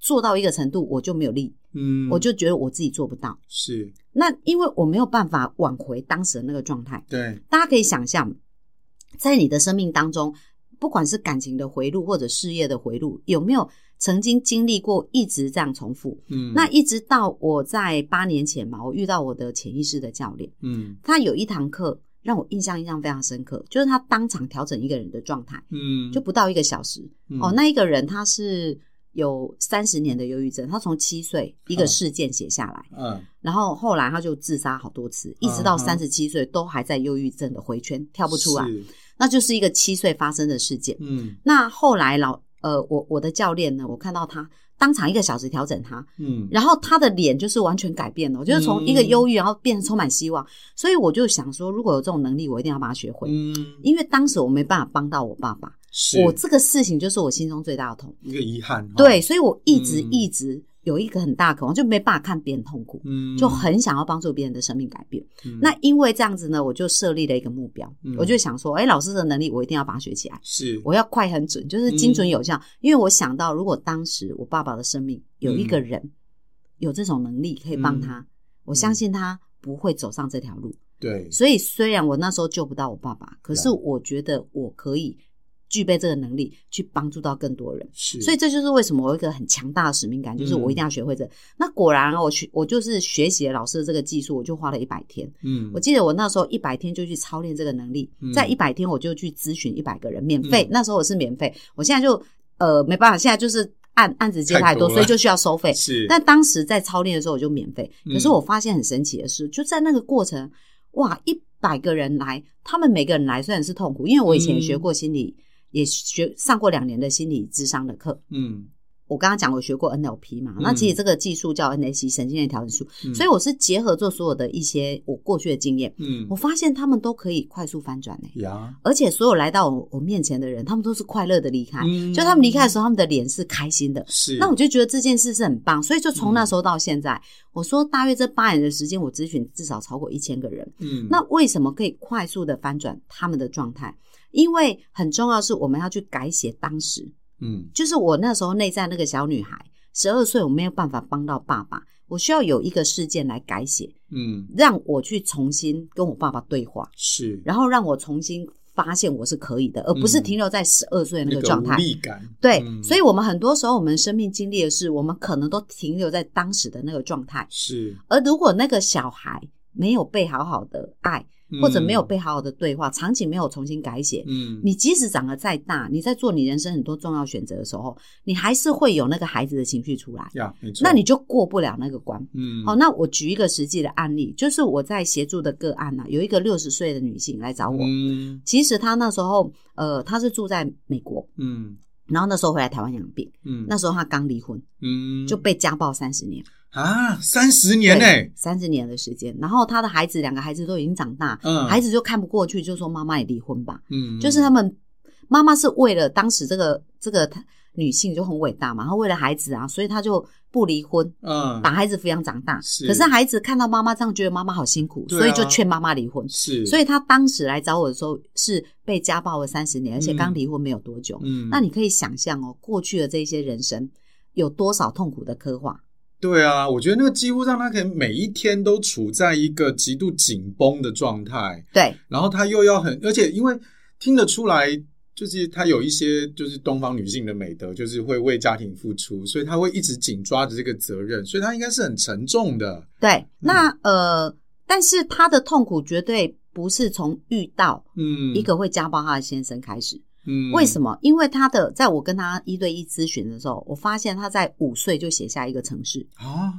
[SPEAKER 3] 做到一个程度我就没有力，
[SPEAKER 2] 嗯，
[SPEAKER 3] 我就觉得我自己做不到。
[SPEAKER 2] 是
[SPEAKER 3] 那因为我没有办法挽回当时的那个状态，
[SPEAKER 2] 对，
[SPEAKER 3] 大家可以想象，在你的生命当中，不管是感情的回路或者事业的回路，有没有曾经经历过一直这样重复？
[SPEAKER 2] 嗯，
[SPEAKER 3] 那一直到我在八年前嘛，我遇到我的潜意识的教练，
[SPEAKER 2] 嗯
[SPEAKER 3] 他有一堂课让我印象印象非常深刻，就是他当场调整一个人的状态。
[SPEAKER 2] 嗯
[SPEAKER 3] 就不到一个小时。
[SPEAKER 2] 嗯
[SPEAKER 3] 哦，那一个人他是有三十年的忧郁症，他从七岁一
[SPEAKER 2] 哦
[SPEAKER 3] 个事件写下来，
[SPEAKER 2] 嗯
[SPEAKER 3] 然后后来他就自杀好多次，一直到三十七岁都还在忧郁症的回圈跳不出来，
[SPEAKER 2] 是
[SPEAKER 3] 那就是一个七岁发生的事件。
[SPEAKER 2] 嗯
[SPEAKER 3] 那后来老呃，我我的教练呢，我看到他当场一个小时调整他，
[SPEAKER 2] 嗯
[SPEAKER 3] 然后他的脸就是完全改变了，就是从一个忧郁，然后变成充满希望。所以我就想说，如果有这种能力，我一定要把它学会，
[SPEAKER 2] 嗯，
[SPEAKER 3] 因为当时我没办法帮到我爸爸，
[SPEAKER 2] 是
[SPEAKER 3] 我这个事情就是我心中最大的痛。
[SPEAKER 2] 一个遗憾，哈
[SPEAKER 3] 对，，所以我一直
[SPEAKER 2] 嗯
[SPEAKER 3] 一直有一个很大的渴望，就没办法看别人痛苦，
[SPEAKER 2] 嗯，
[SPEAKER 3] 就很想要帮助别人的生命改变。
[SPEAKER 2] 嗯
[SPEAKER 3] 那因为这样子呢，我就设立了一个目标，
[SPEAKER 2] 嗯
[SPEAKER 3] 我就想说，哎，老师的能力我一定要把它学起来，
[SPEAKER 2] 是
[SPEAKER 3] 我要快很准，就是精准有
[SPEAKER 2] 嗯
[SPEAKER 3] 效。因为我想到，如果当时我爸爸的生命有一个
[SPEAKER 2] 嗯
[SPEAKER 3] 人、有这种能力可以帮他，我相信他不会走上这条路。
[SPEAKER 2] 对，
[SPEAKER 3] 所以虽然我那时候救不到我爸爸，可是
[SPEAKER 2] 呀
[SPEAKER 3] 我觉得我可以具备这个能力去帮助到更多人。
[SPEAKER 2] 是，嗯
[SPEAKER 3] 所以这就是为什么我有一个很强大的使命感，就是我一定要学会这。那果然啊，我学我就是学习了老师的这个技术，我就花了一百天。
[SPEAKER 2] 嗯，
[SPEAKER 3] 我记得我那时候一百天就去操练这个能力，
[SPEAKER 2] 嗯
[SPEAKER 3] 在一百天我就去咨询一百个人，免费。
[SPEAKER 2] 嗯
[SPEAKER 3] 那时候我是免费，我现在就呃没办法，现在就是案案子接太
[SPEAKER 2] 太多
[SPEAKER 3] 多，
[SPEAKER 2] 了
[SPEAKER 3] 所以就需要收费。
[SPEAKER 2] 是，
[SPEAKER 3] 但当时在操练的时候我就免费，
[SPEAKER 2] 嗯
[SPEAKER 3] 可是我发现很神奇的是，就在那个过程，哇，一百个人来，他们每个人来虽然是痛苦，因为我以前也
[SPEAKER 2] 嗯
[SPEAKER 3] 学过心理，也学上过两年的心理智商的课。
[SPEAKER 2] 嗯，
[SPEAKER 3] 我刚刚讲我学过 NLP 嘛，
[SPEAKER 2] 嗯
[SPEAKER 3] 那其实这个技术叫 NAC 神经元调整术，
[SPEAKER 2] 嗯
[SPEAKER 3] 所以我是结合做所有的一些我过去的经验，
[SPEAKER 2] 嗯
[SPEAKER 3] 我发现他们都可以快速翻转呢、欸
[SPEAKER 2] 呀，
[SPEAKER 3] 而且所有来到我我面前的人，他们都是快乐的离开，
[SPEAKER 2] 嗯
[SPEAKER 3] 就他们离开的时候，他们的脸是开心的，
[SPEAKER 2] 是，嗯
[SPEAKER 3] 那我就觉得这件事是很棒，所以就从那时候到现在，我说大约这八年的时间，我咨询至少超过一千个人。
[SPEAKER 2] 嗯，
[SPEAKER 3] 那为什么可以快速的翻转他们的状态？因为很重要是我们要去改写当时，
[SPEAKER 2] 嗯
[SPEAKER 3] 就是我那时候内在那个小女孩，十二岁，我没有办法帮到爸爸，我需要有一个事件来改写，
[SPEAKER 2] 嗯
[SPEAKER 3] 让我去重新跟我爸爸对话，
[SPEAKER 2] 是，
[SPEAKER 3] 然后让我重新发现我是可以的，而不是
[SPEAKER 2] 嗯
[SPEAKER 3] 停留在十二岁那
[SPEAKER 2] 那
[SPEAKER 3] 个
[SPEAKER 2] 个
[SPEAKER 3] 状态
[SPEAKER 2] 无。力感，
[SPEAKER 3] 对，
[SPEAKER 2] 嗯
[SPEAKER 3] 所以我们很多时候我们生命经历的是，我们可能都停留在当时的那个状态，
[SPEAKER 2] 是，
[SPEAKER 3] 而如果那个小孩没有被好好的爱，或者没有
[SPEAKER 2] 嗯，
[SPEAKER 3] 被好好的对话，场景没有重新改写。
[SPEAKER 2] 嗯，
[SPEAKER 3] 你即使长得再大，你在做你人生很多重要选择的时候，你还是会有那个孩子的情绪出来，
[SPEAKER 2] 呀，没错，
[SPEAKER 3] 那你，就过不了那个关。哦
[SPEAKER 2] 嗯，
[SPEAKER 3] 好，，那我举一个实际的案例，就是我在协助的个案呢、啊有一个六十岁的女性来找我，
[SPEAKER 2] 嗯
[SPEAKER 3] 其实她那时候呃，她是住在美国，
[SPEAKER 2] 嗯
[SPEAKER 3] 然后那时候回来台湾养病，
[SPEAKER 2] 嗯，
[SPEAKER 3] 那时候她刚离婚，
[SPEAKER 2] 嗯
[SPEAKER 3] 就被家暴三十年，
[SPEAKER 2] 啊，三十年呢，
[SPEAKER 3] 三十年的时间。然后她的孩子，两个孩子都已经长大，
[SPEAKER 2] 嗯，
[SPEAKER 3] 孩子就看不过去，就说妈妈也离婚吧。
[SPEAKER 2] 嗯，
[SPEAKER 3] 就是他们妈妈是为了当时这个这个女性就很伟大嘛，然后为了孩子啊，所以她就不离婚。
[SPEAKER 2] 嗯，
[SPEAKER 3] 把孩子抚养长大，
[SPEAKER 2] 是
[SPEAKER 3] 可是孩子看到妈妈这样，觉得妈妈好辛苦，
[SPEAKER 2] 对啊
[SPEAKER 3] 所以就劝妈妈离婚。
[SPEAKER 2] 是，
[SPEAKER 3] 所以她当时来找我的时候是被家暴了三十年，而且刚离婚没有多久。
[SPEAKER 2] 嗯，
[SPEAKER 3] 那你可以想象哦，过去的这些人生有多少痛苦的刻画？
[SPEAKER 2] 对啊，我觉得那个几乎让他可能每一天都处在一个极度紧绷的状态，
[SPEAKER 3] 对，
[SPEAKER 2] 然后他又要很，而且因为听得出来，就是他有一些就是东方女性的美德，就是会为家庭付出，所以他会一直紧抓着这个责任，所以他应该是很沉重的。
[SPEAKER 3] 对，那、呃，但是她的痛苦绝对不是从遇到
[SPEAKER 2] 嗯，
[SPEAKER 3] 一个会家暴她的先生开始。
[SPEAKER 2] 嗯，
[SPEAKER 3] 为什
[SPEAKER 2] 么？
[SPEAKER 3] 么？因为她的，在我跟她一对一咨询的时候，我发现她在五岁就写下一个程式。
[SPEAKER 2] 啊，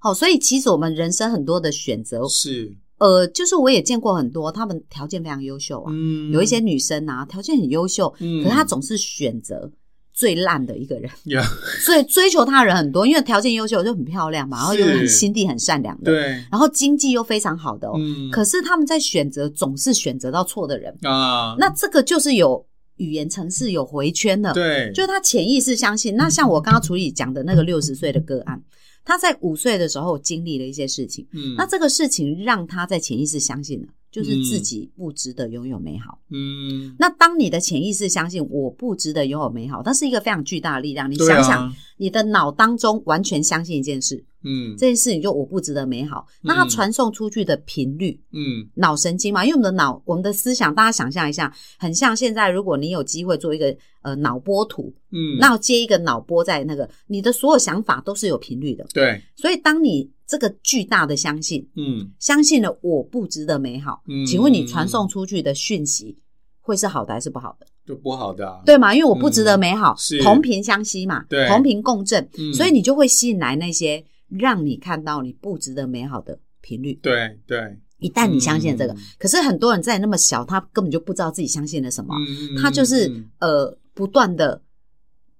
[SPEAKER 3] 好，所以其实我们人生很多的选择，
[SPEAKER 2] 是，
[SPEAKER 3] 呃，就是我也见过很多，他们条件非常优秀啊，
[SPEAKER 2] 嗯，
[SPEAKER 3] 有一些女生啊，条件很优秀，
[SPEAKER 2] 嗯
[SPEAKER 3] 可是她总是选择最烂的一个人，
[SPEAKER 2] 呀，
[SPEAKER 3] 所以追求她的人很多，因为条件优秀就很漂亮嘛，然后又
[SPEAKER 2] 是
[SPEAKER 3] 很心地很善良的，
[SPEAKER 2] 对，
[SPEAKER 3] 然后经济又非常好的哦，
[SPEAKER 2] 嗯，
[SPEAKER 3] 可是他们在选择总是选择到错的人，
[SPEAKER 2] 啊，
[SPEAKER 3] 那这个就是有语言层次有回圈的，
[SPEAKER 2] 对，
[SPEAKER 3] 就是他潜意识相信。那像我刚刚处理讲的那个六十岁的个案，他在五岁的时候经历了一些事情，
[SPEAKER 2] 嗯，
[SPEAKER 3] 那这个事情让他在潜意识相信了，就是自己不值得拥有美好。
[SPEAKER 2] 嗯，
[SPEAKER 3] 那当你的潜意识相信我不值得拥有美好，它是一个非常巨大的力量。你
[SPEAKER 2] 对啊
[SPEAKER 3] 想想，，你的脑当中完全相信一件事，
[SPEAKER 2] 嗯
[SPEAKER 3] 这件事情就我不值得美好，那它传送出去的频率。
[SPEAKER 2] 嗯，
[SPEAKER 3] 脑神经嘛，因为我们的脑，我们的思想，大家想象一下，很像现在，如果你有机会做一个呃脑波图，
[SPEAKER 2] 嗯，
[SPEAKER 3] 那接一个脑波在那个，你的所有想法都是有频率的。
[SPEAKER 2] 对，
[SPEAKER 3] 所以，当你这个巨大的相信，
[SPEAKER 2] 嗯
[SPEAKER 3] 相信了我不值得美好，
[SPEAKER 2] 嗯，
[SPEAKER 3] 请问你传送出去的讯息会是好的还是不好的？
[SPEAKER 2] 就不好的啊，
[SPEAKER 3] 对吗？因为我不值得美好，
[SPEAKER 2] 嗯是
[SPEAKER 3] 同频相吸嘛，
[SPEAKER 2] 对
[SPEAKER 3] 同频共振，
[SPEAKER 2] 嗯
[SPEAKER 3] 所以你就会吸引来那些让你看到你不值得美好的频率。
[SPEAKER 2] 对对，
[SPEAKER 3] 一旦你相信了这个，
[SPEAKER 2] 嗯
[SPEAKER 3] 可是很多人在那么小，他根本就不知道自己相信了什么，
[SPEAKER 2] 嗯
[SPEAKER 3] 他就是、
[SPEAKER 2] 嗯
[SPEAKER 3] 呃不断的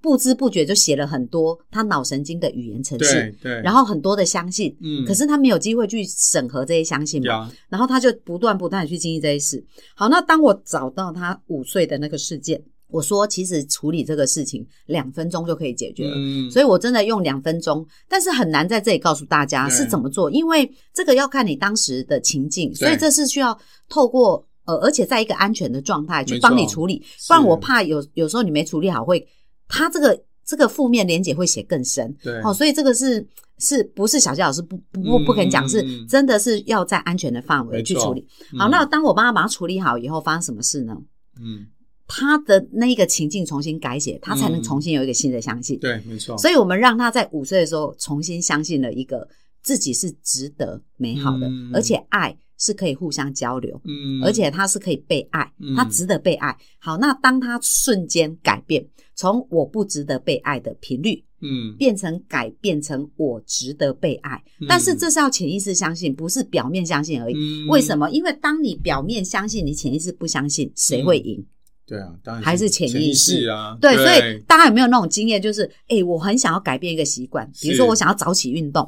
[SPEAKER 3] 不知不觉就写了很多他脑神经的语言程
[SPEAKER 2] 对
[SPEAKER 3] 式，
[SPEAKER 2] 对，
[SPEAKER 3] 然
[SPEAKER 2] 后
[SPEAKER 3] 后很多的相信。
[SPEAKER 2] 嗯，
[SPEAKER 3] 可是他没有机会去审核这些相信嘛，
[SPEAKER 2] 呀，
[SPEAKER 3] 然后他就不断不断的去经历这些事。好，那当我找到他五岁的那个事件，我说其实处理这个事情两分钟就可以解决了，
[SPEAKER 2] 嗯，
[SPEAKER 3] 所以我真的用两分钟，但是很难在这里告诉大家
[SPEAKER 2] 对
[SPEAKER 3] 是怎么做，因为这个要看你当时的情境，所以这是需要透过呃，而且在一个安全的状态去
[SPEAKER 2] 没错
[SPEAKER 3] 帮你处理，不然我怕有有时候你没处理好会，他这个这个负面连结会写更深，
[SPEAKER 2] 对，
[SPEAKER 3] 哦，所以这个是是不是小谢老师不不不
[SPEAKER 2] 嗯
[SPEAKER 3] 不肯讲，
[SPEAKER 2] 嗯
[SPEAKER 3] 是
[SPEAKER 2] 嗯
[SPEAKER 3] 真的是要在安全的范围
[SPEAKER 2] 没
[SPEAKER 3] 去
[SPEAKER 2] 错
[SPEAKER 3] 处理。好，
[SPEAKER 2] 嗯
[SPEAKER 3] 那当我帮他把它处理好以后，发生什么事呢？
[SPEAKER 2] 嗯，
[SPEAKER 3] 他的那个情境重新改写，他才能
[SPEAKER 2] 嗯
[SPEAKER 3] 重新有一个新的相信。
[SPEAKER 2] 对，没错，
[SPEAKER 3] 所以我们让他在五岁的时候重新相信了一个自己是值得美好的，
[SPEAKER 2] 嗯
[SPEAKER 3] 而且爱是可以互相交流，
[SPEAKER 2] 嗯，
[SPEAKER 3] 而且他是可以被爱，
[SPEAKER 2] 嗯
[SPEAKER 3] 他值得被爱。好，那当他瞬间改变，从我不值得被爱的频率
[SPEAKER 2] 嗯，
[SPEAKER 3] 变成改变成我值得被爱，
[SPEAKER 2] 嗯
[SPEAKER 3] 但是这是要潜意识相信，不是表面相信而已。
[SPEAKER 2] 嗯
[SPEAKER 3] 为什？么？因为当你表面相信，你潜意识不相信，
[SPEAKER 2] 嗯
[SPEAKER 3] 谁会赢？
[SPEAKER 2] 对啊，当然
[SPEAKER 3] 还是
[SPEAKER 2] 潜
[SPEAKER 3] 潜
[SPEAKER 2] 意
[SPEAKER 3] 意识
[SPEAKER 2] 识啊，
[SPEAKER 3] 对，所以大家有没有那种经验，就是诶，我很想要改变一个习惯，比如说
[SPEAKER 2] 是
[SPEAKER 3] 我想要早起运
[SPEAKER 2] <laughs>
[SPEAKER 3] 动，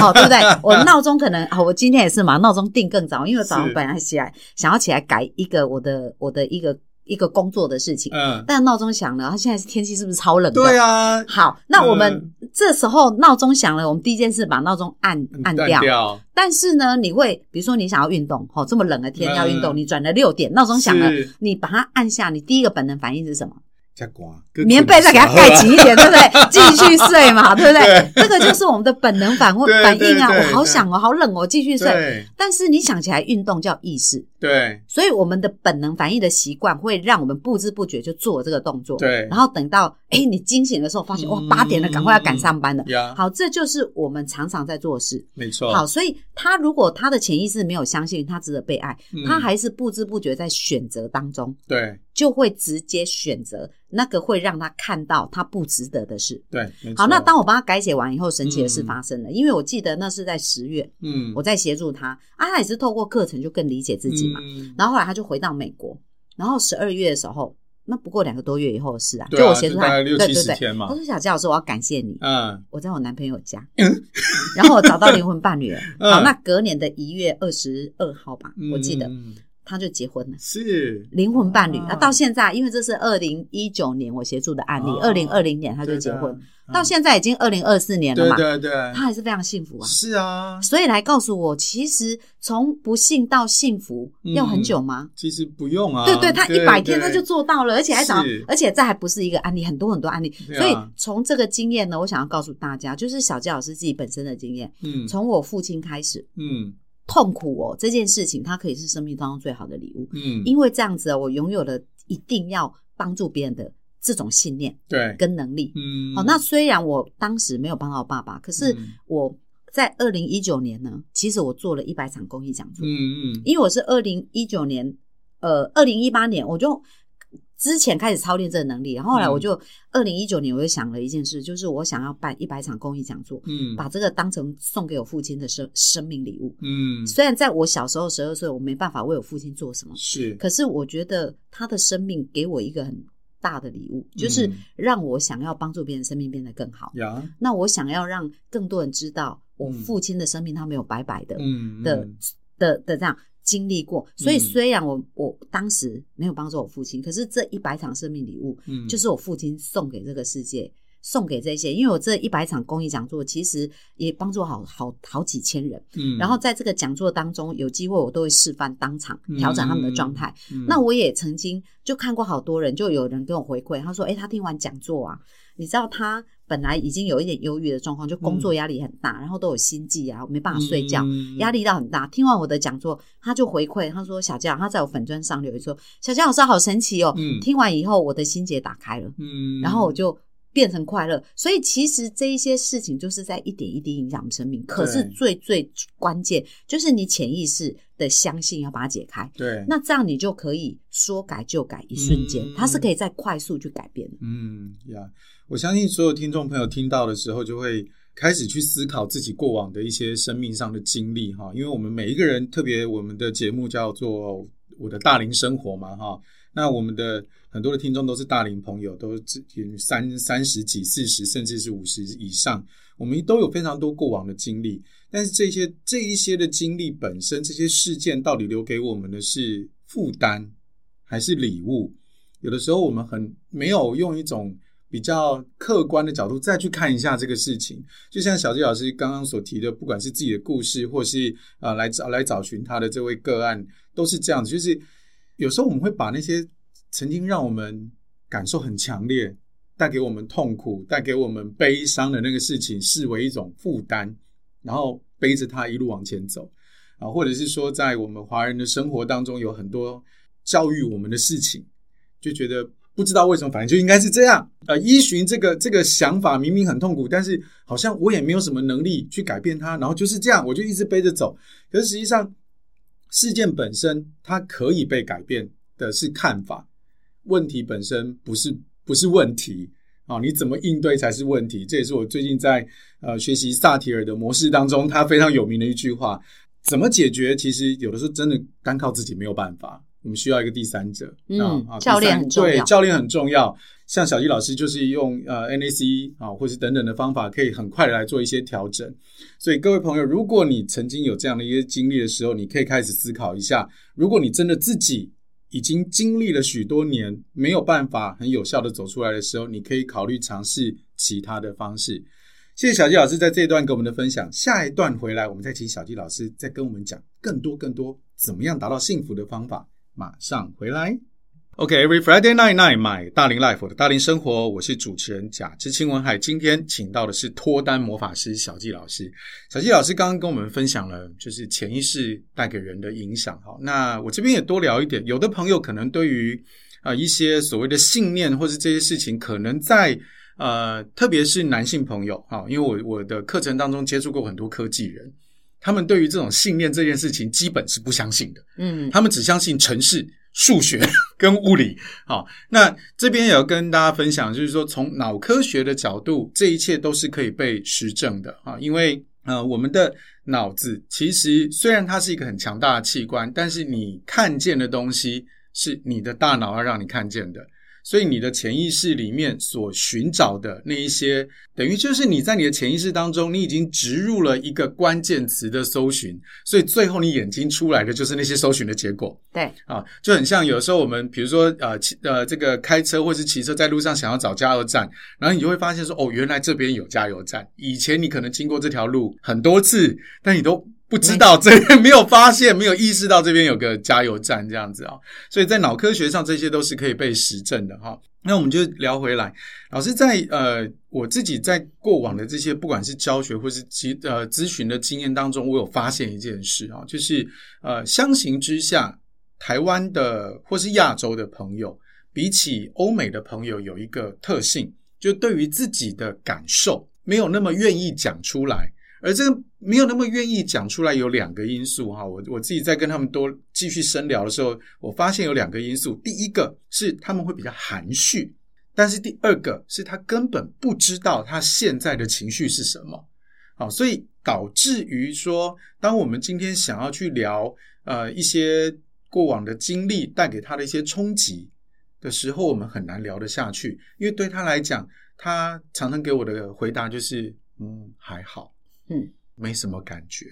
[SPEAKER 3] 哦，对不对？我闹钟可能啊、我今天也是嘛，闹钟定更早，因为我早上
[SPEAKER 2] 是
[SPEAKER 3] 本来起来想要起来改一个我的我的一个一个工作的事情，
[SPEAKER 2] 嗯，
[SPEAKER 3] 但闹钟响了，它现在是天气是不是超冷的？
[SPEAKER 2] 对。啊，
[SPEAKER 3] 好，那我们
[SPEAKER 2] 嗯
[SPEAKER 3] 这时候闹钟响了，我们第一件事把闹钟按按掉。
[SPEAKER 2] 掉，
[SPEAKER 3] 但是呢，你会比如说你想要运动，哦，这么冷的天要运动，
[SPEAKER 2] 嗯
[SPEAKER 3] 你转了六点，闹钟响了
[SPEAKER 2] 是，
[SPEAKER 3] 你把它按下，你第一个本能反应是什么？
[SPEAKER 2] 加光， <laughs>
[SPEAKER 3] 棉被再给它盖紧一点，对不对？继续睡嘛，对不对
[SPEAKER 2] 对？
[SPEAKER 3] 这个就是我们的本能反问
[SPEAKER 2] 对
[SPEAKER 3] 反应啊！
[SPEAKER 2] 对对
[SPEAKER 3] 我好想哦，好冷哦，继续睡。
[SPEAKER 2] 对
[SPEAKER 3] 但是你想起来运动叫意识，
[SPEAKER 2] 对
[SPEAKER 3] 所以我们的本能反应的习惯会让我们不知不觉就做这个动作。
[SPEAKER 2] 对
[SPEAKER 3] 然后等到哎你惊醒的时候，发现哇
[SPEAKER 2] 嗯
[SPEAKER 3] 八点了，赶快要赶上班了。
[SPEAKER 2] 呀，
[SPEAKER 3] 好，这就是我们常常在做的事。
[SPEAKER 2] 没错，
[SPEAKER 3] 好，，所以他如果他的潜意识没有相信他值得被爱，
[SPEAKER 2] 嗯
[SPEAKER 3] 他还是不知不觉在选择当中。
[SPEAKER 2] 对
[SPEAKER 3] 就会直接选择那个会让他看到他不值得的事。
[SPEAKER 2] 对，没错
[SPEAKER 3] 好，那当我帮他改写完以后，神奇的事发生了，因为我记得那是在十月，
[SPEAKER 2] 嗯
[SPEAKER 3] 我在协助他啊，他也是透过课程就更理解自己嘛。
[SPEAKER 2] 嗯
[SPEAKER 3] 然后后来他就回到美国，然后十二月的时候，那不过两个多月以后的事啊，
[SPEAKER 2] 对啊
[SPEAKER 3] 就我协助
[SPEAKER 2] 就大
[SPEAKER 3] 他，
[SPEAKER 2] 概
[SPEAKER 3] 对
[SPEAKER 2] 六
[SPEAKER 3] 对
[SPEAKER 2] 七十
[SPEAKER 3] 对，
[SPEAKER 2] 天嘛
[SPEAKER 3] 他说：“小杰老师，我要感谢你，
[SPEAKER 2] 嗯
[SPEAKER 3] 我在我男朋友家，然后我找到灵魂伴侣
[SPEAKER 2] <laughs>
[SPEAKER 3] 了。
[SPEAKER 2] 嗯
[SPEAKER 3] 好，那隔年的一月二十二号吧，我记得
[SPEAKER 2] 嗯
[SPEAKER 3] 他就结婚了。
[SPEAKER 2] 是
[SPEAKER 3] 灵魂伴侣
[SPEAKER 2] 啊
[SPEAKER 3] 那到现在，因为这是二零一九年我协助的案例，
[SPEAKER 2] 哦
[SPEAKER 3] 二零二零年他就结
[SPEAKER 2] 对的
[SPEAKER 3] 婚，
[SPEAKER 2] 嗯
[SPEAKER 3] 到现在已经二零二四年了
[SPEAKER 2] 对
[SPEAKER 3] 嘛，
[SPEAKER 2] 对对，
[SPEAKER 3] 他还是非常幸福啊。
[SPEAKER 2] 是啊，
[SPEAKER 3] 所以来告诉我，其实从不幸到幸福
[SPEAKER 2] 嗯
[SPEAKER 3] 要很久吗？
[SPEAKER 2] 其实不用啊，
[SPEAKER 3] 对对，他一百天他就
[SPEAKER 2] 对
[SPEAKER 3] 做到了，而且还找
[SPEAKER 2] 是，
[SPEAKER 3] 而且这还不是一个案例，很多很多案例。
[SPEAKER 2] 对啊
[SPEAKER 3] 所以从这个经验呢，我想要告诉大家，就是小纪老师自己本身的经验，
[SPEAKER 2] 嗯
[SPEAKER 3] 从我父亲开始，
[SPEAKER 2] 嗯
[SPEAKER 3] 痛苦哦这件事情，它可以是生命当中最好的礼物。
[SPEAKER 2] 嗯，
[SPEAKER 3] 因为这样子啊，我拥有了一定要帮助别人的这种信念
[SPEAKER 2] 对，
[SPEAKER 3] 跟能力。
[SPEAKER 2] 嗯
[SPEAKER 3] 好、那虽然我当时没有帮到爸爸，可是
[SPEAKER 2] 嗯
[SPEAKER 3] 我在二零一九年呢，其实我做了一百场公益讲座，
[SPEAKER 2] 嗯嗯
[SPEAKER 3] 因为我是二零一九年，呃，二零一八年我就之前开始操练这个能力，然后后
[SPEAKER 2] 嗯
[SPEAKER 3] 来我就二零一九年我就想了一件事，就是我想要办一百场公益讲座，
[SPEAKER 2] 嗯
[SPEAKER 3] 把这个当成送给我父亲的生生命礼物。
[SPEAKER 2] 嗯，
[SPEAKER 3] 虽然在我小时候十二岁，我没办法为我父亲做什么，
[SPEAKER 2] 是
[SPEAKER 3] 可是我觉得他的生命给我一个很大的礼物，就是
[SPEAKER 2] 嗯
[SPEAKER 3] 让我想要帮助别人生命变得更好。
[SPEAKER 2] 呀，
[SPEAKER 3] 那我想要让更多人知道，我
[SPEAKER 2] 嗯
[SPEAKER 3] 父亲的生命他没有白白的、
[SPEAKER 2] 嗯
[SPEAKER 3] 的
[SPEAKER 2] 嗯
[SPEAKER 3] 的的这样经历过。所以
[SPEAKER 2] 嗯
[SPEAKER 3] 虽然我我当时没有帮助我父亲，可是这一百场生命礼物
[SPEAKER 2] 嗯
[SPEAKER 3] 就是我父亲送给这个世界。送给这些，因为我这一百场公益讲座，其实也帮助好好好几千人。
[SPEAKER 2] 嗯
[SPEAKER 3] 然后在这个讲座当中，有机会我都会示范当场调整他们的状态。
[SPEAKER 2] 嗯
[SPEAKER 3] 那我也曾经就看过好多人，就有人跟我回馈，他说：“诶，他听完讲座啊，你知道他本来已经有一点忧郁的状况，就工作压力很大，然后都有心悸啊，没办法睡觉，
[SPEAKER 2] 嗯
[SPEAKER 3] 压力到很大。听完我的讲座，他就回馈，他说：‘小佳，他在我粉砖上留言说，小佳老师好神奇哦，
[SPEAKER 2] 嗯
[SPEAKER 3] 听完以后我的心结打开了，
[SPEAKER 2] 嗯，
[SPEAKER 3] 然后我就。’”变成快乐，所以其实这一些事情就是在一点一滴影响我们生命。可是
[SPEAKER 2] 对
[SPEAKER 3] 最最关键就是你潜意识的相信要把它解开。
[SPEAKER 2] 对
[SPEAKER 3] 那这样你就可以说改就改，一瞬间，
[SPEAKER 2] 嗯
[SPEAKER 3] 它是可以再快速去改变的。
[SPEAKER 2] 嗯呀，我相信所有听众朋友听到的时候，就会开始去思考自己过往的一些生命上的经历哈。因为我们每一个人，特别我们的节目叫做《我的大龄生活》嘛哈。那我们的很多的听众都是大龄朋友，都是三三十几、四十，甚至是五十以上，我们都有非常多过往的经历。但是这些这一些的经历本身，这些事件到底留给我们的是负担还是礼物？有的时候我们很没有用一种比较客观的角度再去看一下这个事情。就像小纪老师刚刚所提的，不管是自己的故事，或是呃来找来找寻他的这位个案，都是这样子。就是有时候我们会把那些曾经让我们感受很强烈、带给我们痛苦、带给我们悲伤的那个事情，视为一种负担，然后背着它一路往前走。啊，或者是说，在我们华人的生活当中，有很多教育我们的事情，就觉得不知道为什么，反正就应该是这样。呃，依循这个这个想法，明明很痛苦，但是好像我也没有什么能力去改变它，然后就是这样，我就一直背着走。可是实际上，事件本身它可以被改变的是看法，问题本身不是不是问题。啊，你怎么应对才是问题？这也是我最近在呃学习萨提尔的模式当中，他非常有名的一句话：怎么解决？其实有的时候真的单靠自己没有办法，我们需要一个第三者。
[SPEAKER 3] 嗯
[SPEAKER 2] 啊啊
[SPEAKER 3] 教
[SPEAKER 2] 第
[SPEAKER 3] 练
[SPEAKER 2] 三
[SPEAKER 3] 很重要
[SPEAKER 2] 对，教练很重要。像小纪老师就是用呃 NAC 啊，或是等等的方法，可以很快的来做一些调整。所以各位朋友，如果你曾经有这样的一些经历的时候，你可以开始思考一下，如果你真的自己已经经历了许多年，没有办法很有效的走出来的时候，你可以考虑尝试其他的方式。谢谢小纪老师在这一段给我们的分享。下一段回来，我们再请小纪老师再跟我们讲更多更多怎么样达到幸福的方法。马上回来。OK，Every、Friday night night，买大龄 life 我的大龄生活，我是主持人贾知青文海。今天请到的是脱单魔法师小纪老师。小纪老师刚刚跟我们分享了，就是潜意识带给人的影响。哈，那我这边也多聊一点。有的朋友可能对于呃一些所谓的信念或是这些事情，可能在呃特别是男性朋友哈，因为我我的课程当中接触过很多科技人，他们对于这种信念这件事情基本是不相信的。
[SPEAKER 3] 嗯，
[SPEAKER 2] 他们只相信城市、数学 <laughs> 跟物理。好，那这边也要跟大家分享，就是说从脑科学的角度，这一切都是可以被实证的啊，因为。呃，我们的脑子其实虽然它是一个很强大的器官，但是你看见的东西是你的大脑要让你看见的，所以你的潜意识里面所寻找的那一些，等于就是你在你的潜意识当中，你已经植入了一个关键词的搜寻，所以最后你眼睛出来的就是那些搜寻的结果
[SPEAKER 3] 对，
[SPEAKER 2] 啊，就很像有时候我们比如说呃骑呃这个开车或是骑车在路上想要找加油站，然后你就会发现说哦，原来这边有加油站，以前你可能经过这条路很多次，但你都。不知道这边没有发现，没有意识到这边有个加油站这样子啊、所以在脑科学上，这些都是可以被实证的哈。那我们就聊回来，老师在呃，我自己在过往的这些不管是教学或是其呃咨询的经验当中，我有发现一件事啊，就是呃，相形之下，台湾的或是亚洲的朋友，比起欧美的朋友有一个特性，就对于自己的感受没有那么愿意讲出来，而这个没有那么愿意讲出来，有两个因素哈。我我自己在跟他们多继续深聊的时候，我发现有两个因素。第一个是他们会比较含蓄，但是第二个是他根本不知道他现在的情绪是什么。好，所以导致于说，当我们今天想要去聊呃一些过往的经历带给他的一些冲击的时候，我们很难聊得下去，因为对他来讲，他常常给我的回答就是嗯还好。没什么感觉。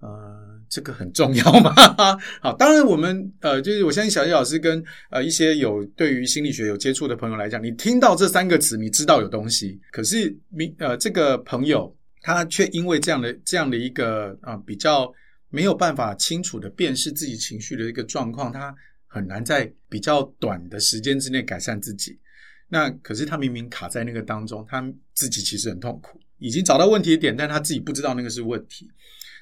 [SPEAKER 2] 呃，这个很重要嘛。 <laughs> 好，当然我们呃，就是我相信小叶老师跟呃一些有对于心理学有接触的朋友来讲，你听到这三个词，你知道有东西，可是明呃这个朋友他却因为这样的这样的一个啊、比较没有办法清楚的辨识自己情绪的一个状况，他很难在比较短的时间之内改善自己。那可是他明明卡在那个当中，他自己其实很痛苦，已经找到问题的点，但他自己不知道那个是问题。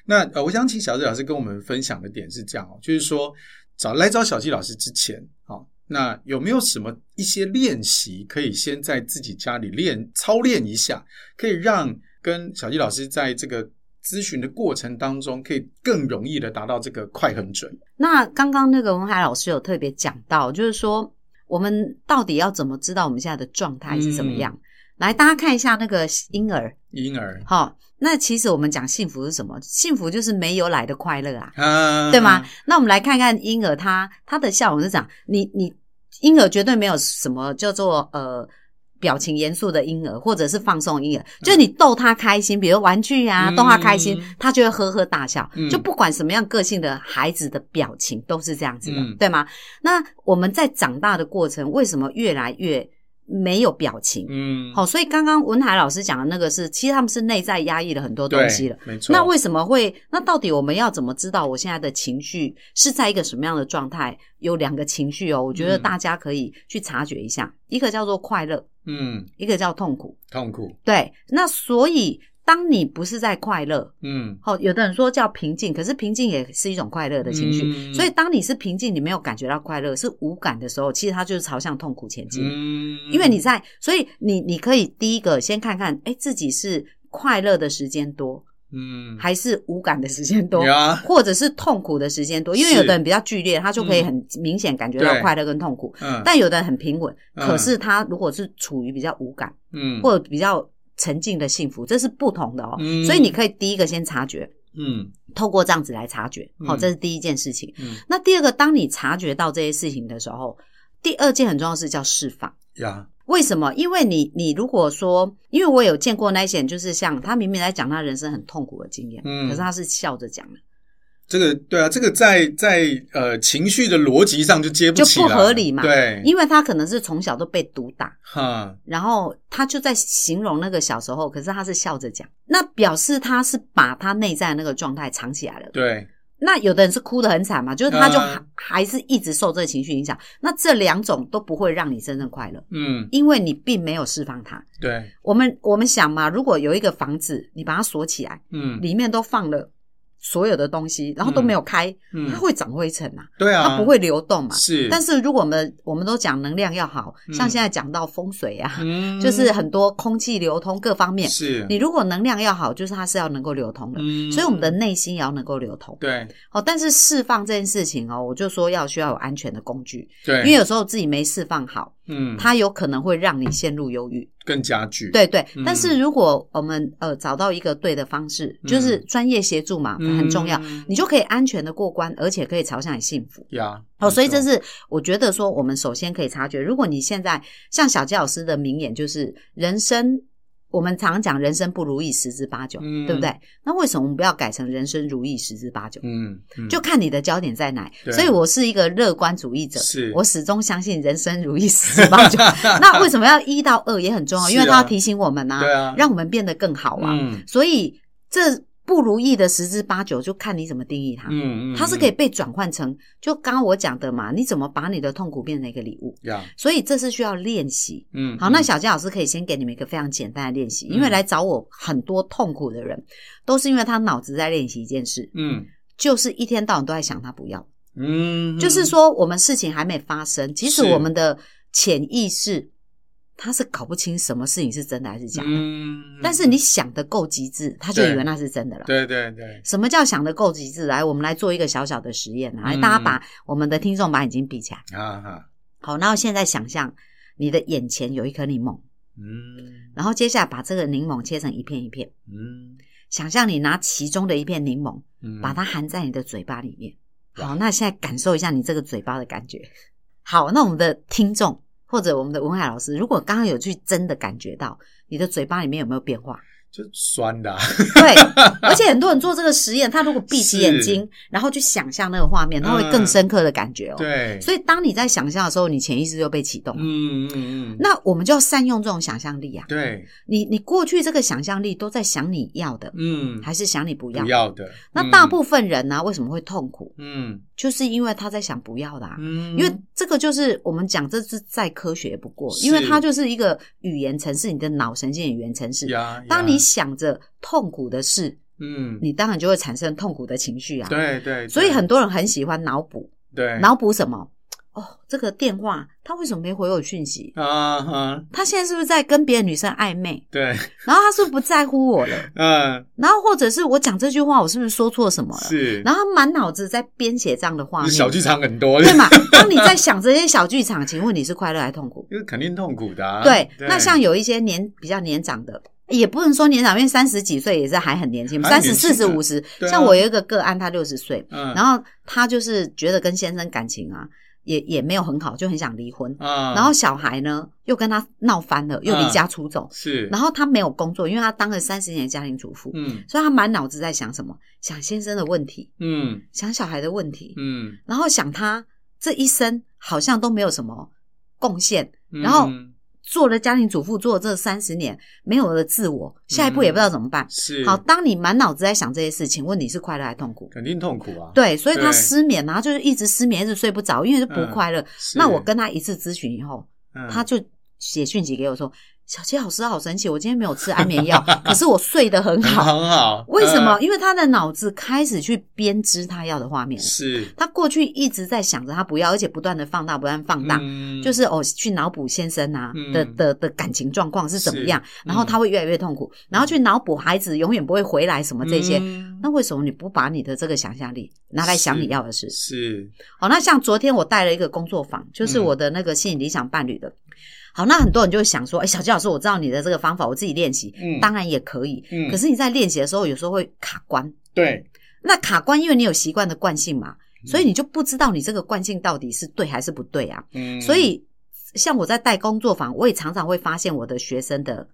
[SPEAKER 2] 那呃，我想请小纪老师跟我们分享的点是这样哦，就是说找来找小纪老师之前，哦，那有没有什么一些练习可以先在自己家里练操练一下，可以让跟小纪老师在这个咨询的过程当中，可以更容易的达到这个快很准。
[SPEAKER 3] 那刚刚那个文海老师有特别讲到，就是说我们到底要怎么知道我们现在的状态是怎么样？来，大家看一下那个婴儿，
[SPEAKER 2] 婴儿
[SPEAKER 3] 哈、那其实我们讲幸福是什么？幸福就是没有来的快乐啊，
[SPEAKER 2] 啊，
[SPEAKER 3] 对吗？？那我们来看看婴儿他他的笑容是这样，你你婴儿绝对没有什么叫做呃。表情严肃的婴儿，或者是放松婴儿，就是你逗他开心，比如玩具啊，
[SPEAKER 2] 嗯
[SPEAKER 3] 逗他开心，他就会呵呵大笑。
[SPEAKER 2] 嗯
[SPEAKER 3] 就不管什么样个性的孩子的表情都是这样子的，
[SPEAKER 2] 嗯
[SPEAKER 3] 对吗？那我们在长大的过程，为什么越来越没有表情？
[SPEAKER 2] 嗯，
[SPEAKER 3] 好、所以刚刚文海老师讲的那个是，其实他们是内在压抑了很多
[SPEAKER 2] 对
[SPEAKER 3] 东西了。，
[SPEAKER 2] 没错。
[SPEAKER 3] 那为什么会？那到底我们要怎么知道我现在的情绪是在一个什么样的状态？有两个情绪哦，我觉得
[SPEAKER 2] 嗯
[SPEAKER 3] 大家可以去察觉一下，一个叫做快乐，
[SPEAKER 2] 嗯
[SPEAKER 3] 一个叫痛苦。
[SPEAKER 2] 痛苦，
[SPEAKER 3] 对，那所以当你不是在快乐，
[SPEAKER 2] 嗯
[SPEAKER 3] 好、有的人说叫平静，可是平静也是一种快乐的情绪。
[SPEAKER 2] 嗯
[SPEAKER 3] 所以当你是平静，你没有感觉到快乐，是无感的时候，其实它就是朝向痛苦前进。
[SPEAKER 2] 嗯，
[SPEAKER 3] 因为你在，所以你你可以第一个先看看，哎，自己是快乐的时间多，
[SPEAKER 2] 嗯
[SPEAKER 3] 还是无感的时间多，
[SPEAKER 2] 呀，
[SPEAKER 3] 或者是痛苦的时间多？因为
[SPEAKER 2] 是嗯
[SPEAKER 3] 有的人比较剧烈，他就可以很明显感觉到
[SPEAKER 2] 对
[SPEAKER 3] 快乐跟痛苦，
[SPEAKER 2] 嗯，
[SPEAKER 3] 但有的人很平稳，
[SPEAKER 2] 嗯
[SPEAKER 3] 可是他如果是处于比较无感
[SPEAKER 2] 嗯
[SPEAKER 3] 或者比较沉浸的幸福，这是不同的哦
[SPEAKER 2] 嗯。
[SPEAKER 3] 所以你可以第一个先察觉，
[SPEAKER 2] 嗯
[SPEAKER 3] 透过这样子来察觉，好，
[SPEAKER 2] 嗯
[SPEAKER 3] 这是第一件事情。
[SPEAKER 2] 嗯
[SPEAKER 3] 那第二个，当你察觉到这些事情的时候，第二件很重要的事叫释放。
[SPEAKER 2] 呀，
[SPEAKER 3] 为什么？因为你，你如果说，因为我有见过那一些人，就是像他明明在讲他人生很痛苦的经验，
[SPEAKER 2] 嗯
[SPEAKER 3] 可是他是笑着讲的，
[SPEAKER 2] 这个对啊，这个在在呃情绪的逻辑上就接不
[SPEAKER 3] 就
[SPEAKER 2] 起
[SPEAKER 3] 不
[SPEAKER 2] 来
[SPEAKER 3] 合理嘛
[SPEAKER 2] 对，
[SPEAKER 3] 因为他可能是从小都被毒打，
[SPEAKER 2] 哈，
[SPEAKER 3] 然后他就在形容那个小时候，可是他是笑着讲，那表示他是把他内在的那个状态藏起来了。
[SPEAKER 2] 对，
[SPEAKER 3] 那有的人是哭得很惨嘛，就是他就还、
[SPEAKER 2] 嗯
[SPEAKER 3] 还是一直受这个情绪影响，那这两种都不会让你真正快乐，
[SPEAKER 2] 嗯，
[SPEAKER 3] 因为你并没有释放它。
[SPEAKER 2] 对，
[SPEAKER 3] 我们我们想嘛，如果有一个房子，你把它锁起来。
[SPEAKER 2] 嗯
[SPEAKER 3] 里面都放了所有的东西，然后都没有开，
[SPEAKER 2] 嗯
[SPEAKER 3] 它，会长灰尘嘛，
[SPEAKER 2] 对啊，
[SPEAKER 3] 它不会流动嘛。
[SPEAKER 2] 是，
[SPEAKER 3] 但
[SPEAKER 2] 是
[SPEAKER 3] 是如果我们我们都讲能量要好，
[SPEAKER 2] 嗯
[SPEAKER 3] 像现在讲到风水啊，
[SPEAKER 2] 嗯
[SPEAKER 3] 就是很多空气流通各方面，
[SPEAKER 2] 是
[SPEAKER 3] 你如果能量要好，就是它是要能够流通的。
[SPEAKER 2] 嗯
[SPEAKER 3] 所以我们的内心也要能够流通
[SPEAKER 2] 对
[SPEAKER 3] 哦，但是释放这件事情哦，我就说要需要有安全的工具，
[SPEAKER 2] 对，
[SPEAKER 3] 因为有时候自己没释放好，
[SPEAKER 2] 嗯，
[SPEAKER 3] 它有可能会让你陷入忧郁。
[SPEAKER 2] 更加剧，
[SPEAKER 3] 对对
[SPEAKER 2] 嗯，
[SPEAKER 3] 但是如果我们呃找到一个对的方式，
[SPEAKER 2] 嗯
[SPEAKER 3] 就是专业协助嘛，
[SPEAKER 2] 嗯，
[SPEAKER 3] 很重要，你就可以安全的过关，而且可以朝向你幸福。
[SPEAKER 2] 呀，
[SPEAKER 3] 哦，所以这
[SPEAKER 2] 是
[SPEAKER 3] 是我觉得说，我们首先可以察觉，如果你现在像小纪老师的名言就是“人生”，我们常讲“人生不如意十之八九”，
[SPEAKER 2] 嗯
[SPEAKER 3] 对不对？那为什么我们不要改成“人生如意十之八九”？
[SPEAKER 2] 嗯，嗯
[SPEAKER 3] 就看你的焦点在哪。
[SPEAKER 2] 对
[SPEAKER 3] 所以我是一个乐观主义者，
[SPEAKER 2] 是
[SPEAKER 3] 我始终相信人生如意十之
[SPEAKER 2] <laughs>
[SPEAKER 3] 八九。那为什么要一到二也很重要？
[SPEAKER 2] 是啊
[SPEAKER 3] 因为它要提醒我们呐、
[SPEAKER 2] 对啊
[SPEAKER 3] 让我们变得更好啊。
[SPEAKER 2] 嗯
[SPEAKER 3] 所以这不如意的十之八九，就看你怎么定义它。
[SPEAKER 2] 嗯嗯，
[SPEAKER 3] 它是可以
[SPEAKER 2] 嗯
[SPEAKER 3] 被转换成，就刚刚我讲的嘛，你怎么把你的痛苦变成一个礼物？
[SPEAKER 2] 呀，
[SPEAKER 3] 所以这是需要练习。
[SPEAKER 2] 嗯，
[SPEAKER 3] 好，那
[SPEAKER 2] 嗯
[SPEAKER 3] 小佳老师可以先给你们一个非常简单的练习，
[SPEAKER 2] 嗯
[SPEAKER 3] 因为来找我很多痛苦的人，都是因为他脑子在练习一件事，
[SPEAKER 2] 嗯
[SPEAKER 3] 就是一天到晚都在想他不要。
[SPEAKER 2] 嗯，
[SPEAKER 3] 就是说，我们事情还没发生，其实
[SPEAKER 2] 是
[SPEAKER 3] 我们的潜意识他是搞不清什么事情是真的还是假的。
[SPEAKER 2] 嗯，
[SPEAKER 3] 但是你想的够极致，他就
[SPEAKER 2] 对
[SPEAKER 3] 以为那是真的了。
[SPEAKER 2] 对对对，
[SPEAKER 3] 什么叫想的够极致？来，我们来做一个小小的实验啊，来，大家把我们的听众把眼睛闭起来。
[SPEAKER 2] 啊哈，
[SPEAKER 3] 好，然后现在想象你的眼前有一颗柠檬，
[SPEAKER 2] 嗯
[SPEAKER 3] 然后接下来把这个柠檬切成一片一片，
[SPEAKER 2] 嗯
[SPEAKER 3] 想象你拿其中的一片柠檬，
[SPEAKER 2] 嗯，
[SPEAKER 3] 把它含在你的嘴巴里面。好，那现在感受一下你这个嘴巴的感觉。好，那我们的听众或者我们的文海老师，如果刚刚有去真的感觉到你的嘴巴里面有没有变化？
[SPEAKER 2] 就酸
[SPEAKER 3] <laughs>
[SPEAKER 2] 的啊，
[SPEAKER 3] 对，而且很多人做这个实验，他如果闭起眼睛，然后去想象那个画面，他会更深刻的感觉哦。，
[SPEAKER 2] 嗯对，
[SPEAKER 3] 所以当你在想象的时候，你潜意识就被启动了。
[SPEAKER 2] 嗯嗯嗯，
[SPEAKER 3] 那我们就要善用这种想象力啊！
[SPEAKER 2] 对，
[SPEAKER 3] 你你过去这个想象力都在想你要的，
[SPEAKER 2] 嗯，
[SPEAKER 3] 还是想你不要？
[SPEAKER 2] 不要嗯的，
[SPEAKER 3] 那大部分人呢、为什么会痛苦？
[SPEAKER 2] 嗯
[SPEAKER 3] 就是因为他在想不要的、啊。
[SPEAKER 2] 嗯，
[SPEAKER 3] 因为这个就是我们讲，这是再科学也不过，
[SPEAKER 2] 是
[SPEAKER 3] 因为它就是一个语言程式，你的脑神经语言程式。
[SPEAKER 2] 呀，
[SPEAKER 3] 当
[SPEAKER 2] 呀
[SPEAKER 3] 你想着痛苦的事，
[SPEAKER 2] 嗯，
[SPEAKER 3] 你当然就会产生痛苦的情绪啊。，
[SPEAKER 2] 对对，
[SPEAKER 3] 所以
[SPEAKER 2] 对
[SPEAKER 3] 很多人很喜欢脑补，
[SPEAKER 2] 对，
[SPEAKER 3] 脑补什么？哦，这个电话他为什么没回我讯息？
[SPEAKER 2] 啊哈，
[SPEAKER 3] 他现在是不是在跟别的女生暧昧？
[SPEAKER 2] 对，
[SPEAKER 3] 然后他是不是不在乎我了？
[SPEAKER 2] 嗯，
[SPEAKER 3] 然后或者是我讲这句话，我是不是说错什么了？
[SPEAKER 2] 是，
[SPEAKER 3] 然后他满脑子在编写这样的画面，
[SPEAKER 2] 小剧场很多，
[SPEAKER 3] 对嘛？当你在想这些小剧场，请问你是快乐还是痛苦？
[SPEAKER 2] 因为肯定痛苦的啊。
[SPEAKER 3] 对，那像有一些年比较年长的，也不能说年长，因为三十几岁也是还很年轻，
[SPEAKER 2] 还
[SPEAKER 3] 三
[SPEAKER 2] 很
[SPEAKER 3] 十、
[SPEAKER 2] 年
[SPEAKER 3] 四
[SPEAKER 2] 轻
[SPEAKER 3] 十、
[SPEAKER 2] 啊
[SPEAKER 3] 五十。
[SPEAKER 2] 对啊
[SPEAKER 3] 像我有一个个案，他六十岁，
[SPEAKER 2] 嗯，
[SPEAKER 3] 然后他就是觉得跟先生感情啊，也也没有很好，就很想离婚。
[SPEAKER 2] 啊，
[SPEAKER 3] 然后小孩呢又跟他闹翻
[SPEAKER 2] 嗯
[SPEAKER 3] 了，又离家出走。
[SPEAKER 2] 是，
[SPEAKER 3] 然后他没有工作，因为他当了三十年的家庭主妇，
[SPEAKER 2] 嗯
[SPEAKER 3] 所以他满脑子在想什么？想先生的问题，
[SPEAKER 2] 嗯
[SPEAKER 3] 想小孩的问题，
[SPEAKER 2] 嗯，
[SPEAKER 3] 然后想他这一生好像都没有什么贡献，然后
[SPEAKER 2] 嗯
[SPEAKER 3] 做了家庭主妇做了这三十年，没有了自我，下一步也不知道怎么办。
[SPEAKER 2] 嗯是
[SPEAKER 3] 好，，当你满脑子在想这些事情，问你是快乐还是痛苦？
[SPEAKER 2] 肯定痛苦啊。，
[SPEAKER 3] 对，所以他
[SPEAKER 2] 对
[SPEAKER 3] 失眠，然后就是一直失眠，一直睡不着，因为就不
[SPEAKER 2] 嗯
[SPEAKER 3] 快乐。
[SPEAKER 2] 是
[SPEAKER 3] 那我跟他一次咨询以后，
[SPEAKER 2] 嗯
[SPEAKER 3] 他就写讯息给我说：“小七老师好神奇，我今天没有吃安眠药，可是我睡得很
[SPEAKER 2] 很
[SPEAKER 3] 好。
[SPEAKER 2] 很好，
[SPEAKER 3] 为什么？
[SPEAKER 2] 嗯？
[SPEAKER 3] 因为他的脑子开始去编织他要的画面了。
[SPEAKER 2] 是
[SPEAKER 3] 他过去一直在想着他不要，而且不断的放大，不断地放大。
[SPEAKER 2] 嗯
[SPEAKER 3] 就是哦，去脑补先生啊、
[SPEAKER 2] 嗯
[SPEAKER 3] 的的的感情状况是怎么样，
[SPEAKER 2] 是嗯
[SPEAKER 3] 然后他会越来越痛苦，然后去脑补孩子永远不会回来什么这些，
[SPEAKER 2] 嗯
[SPEAKER 3] 那为什么你不把你的这个想象力拿来想你要的事？
[SPEAKER 2] 是
[SPEAKER 3] 好，那像昨天我带了一个工作坊，就是
[SPEAKER 2] 嗯
[SPEAKER 3] 我的那个吸引理想伴侣的。好，那很多人就会想说，哎、小纪老师，我知道你的这个方法，我自己练习，
[SPEAKER 2] 嗯
[SPEAKER 3] 当然也可以。
[SPEAKER 2] 嗯
[SPEAKER 3] 可是你在练习的时候，有时候会卡关。
[SPEAKER 2] 对，
[SPEAKER 3] 那卡关，因为你有习惯的惯性嘛，
[SPEAKER 2] 嗯
[SPEAKER 3] 所以你就不知道你这个惯性到底是对还是不对啊。
[SPEAKER 2] 嗯
[SPEAKER 3] 所以，像我在带工作坊，我也常常会发现我的学生的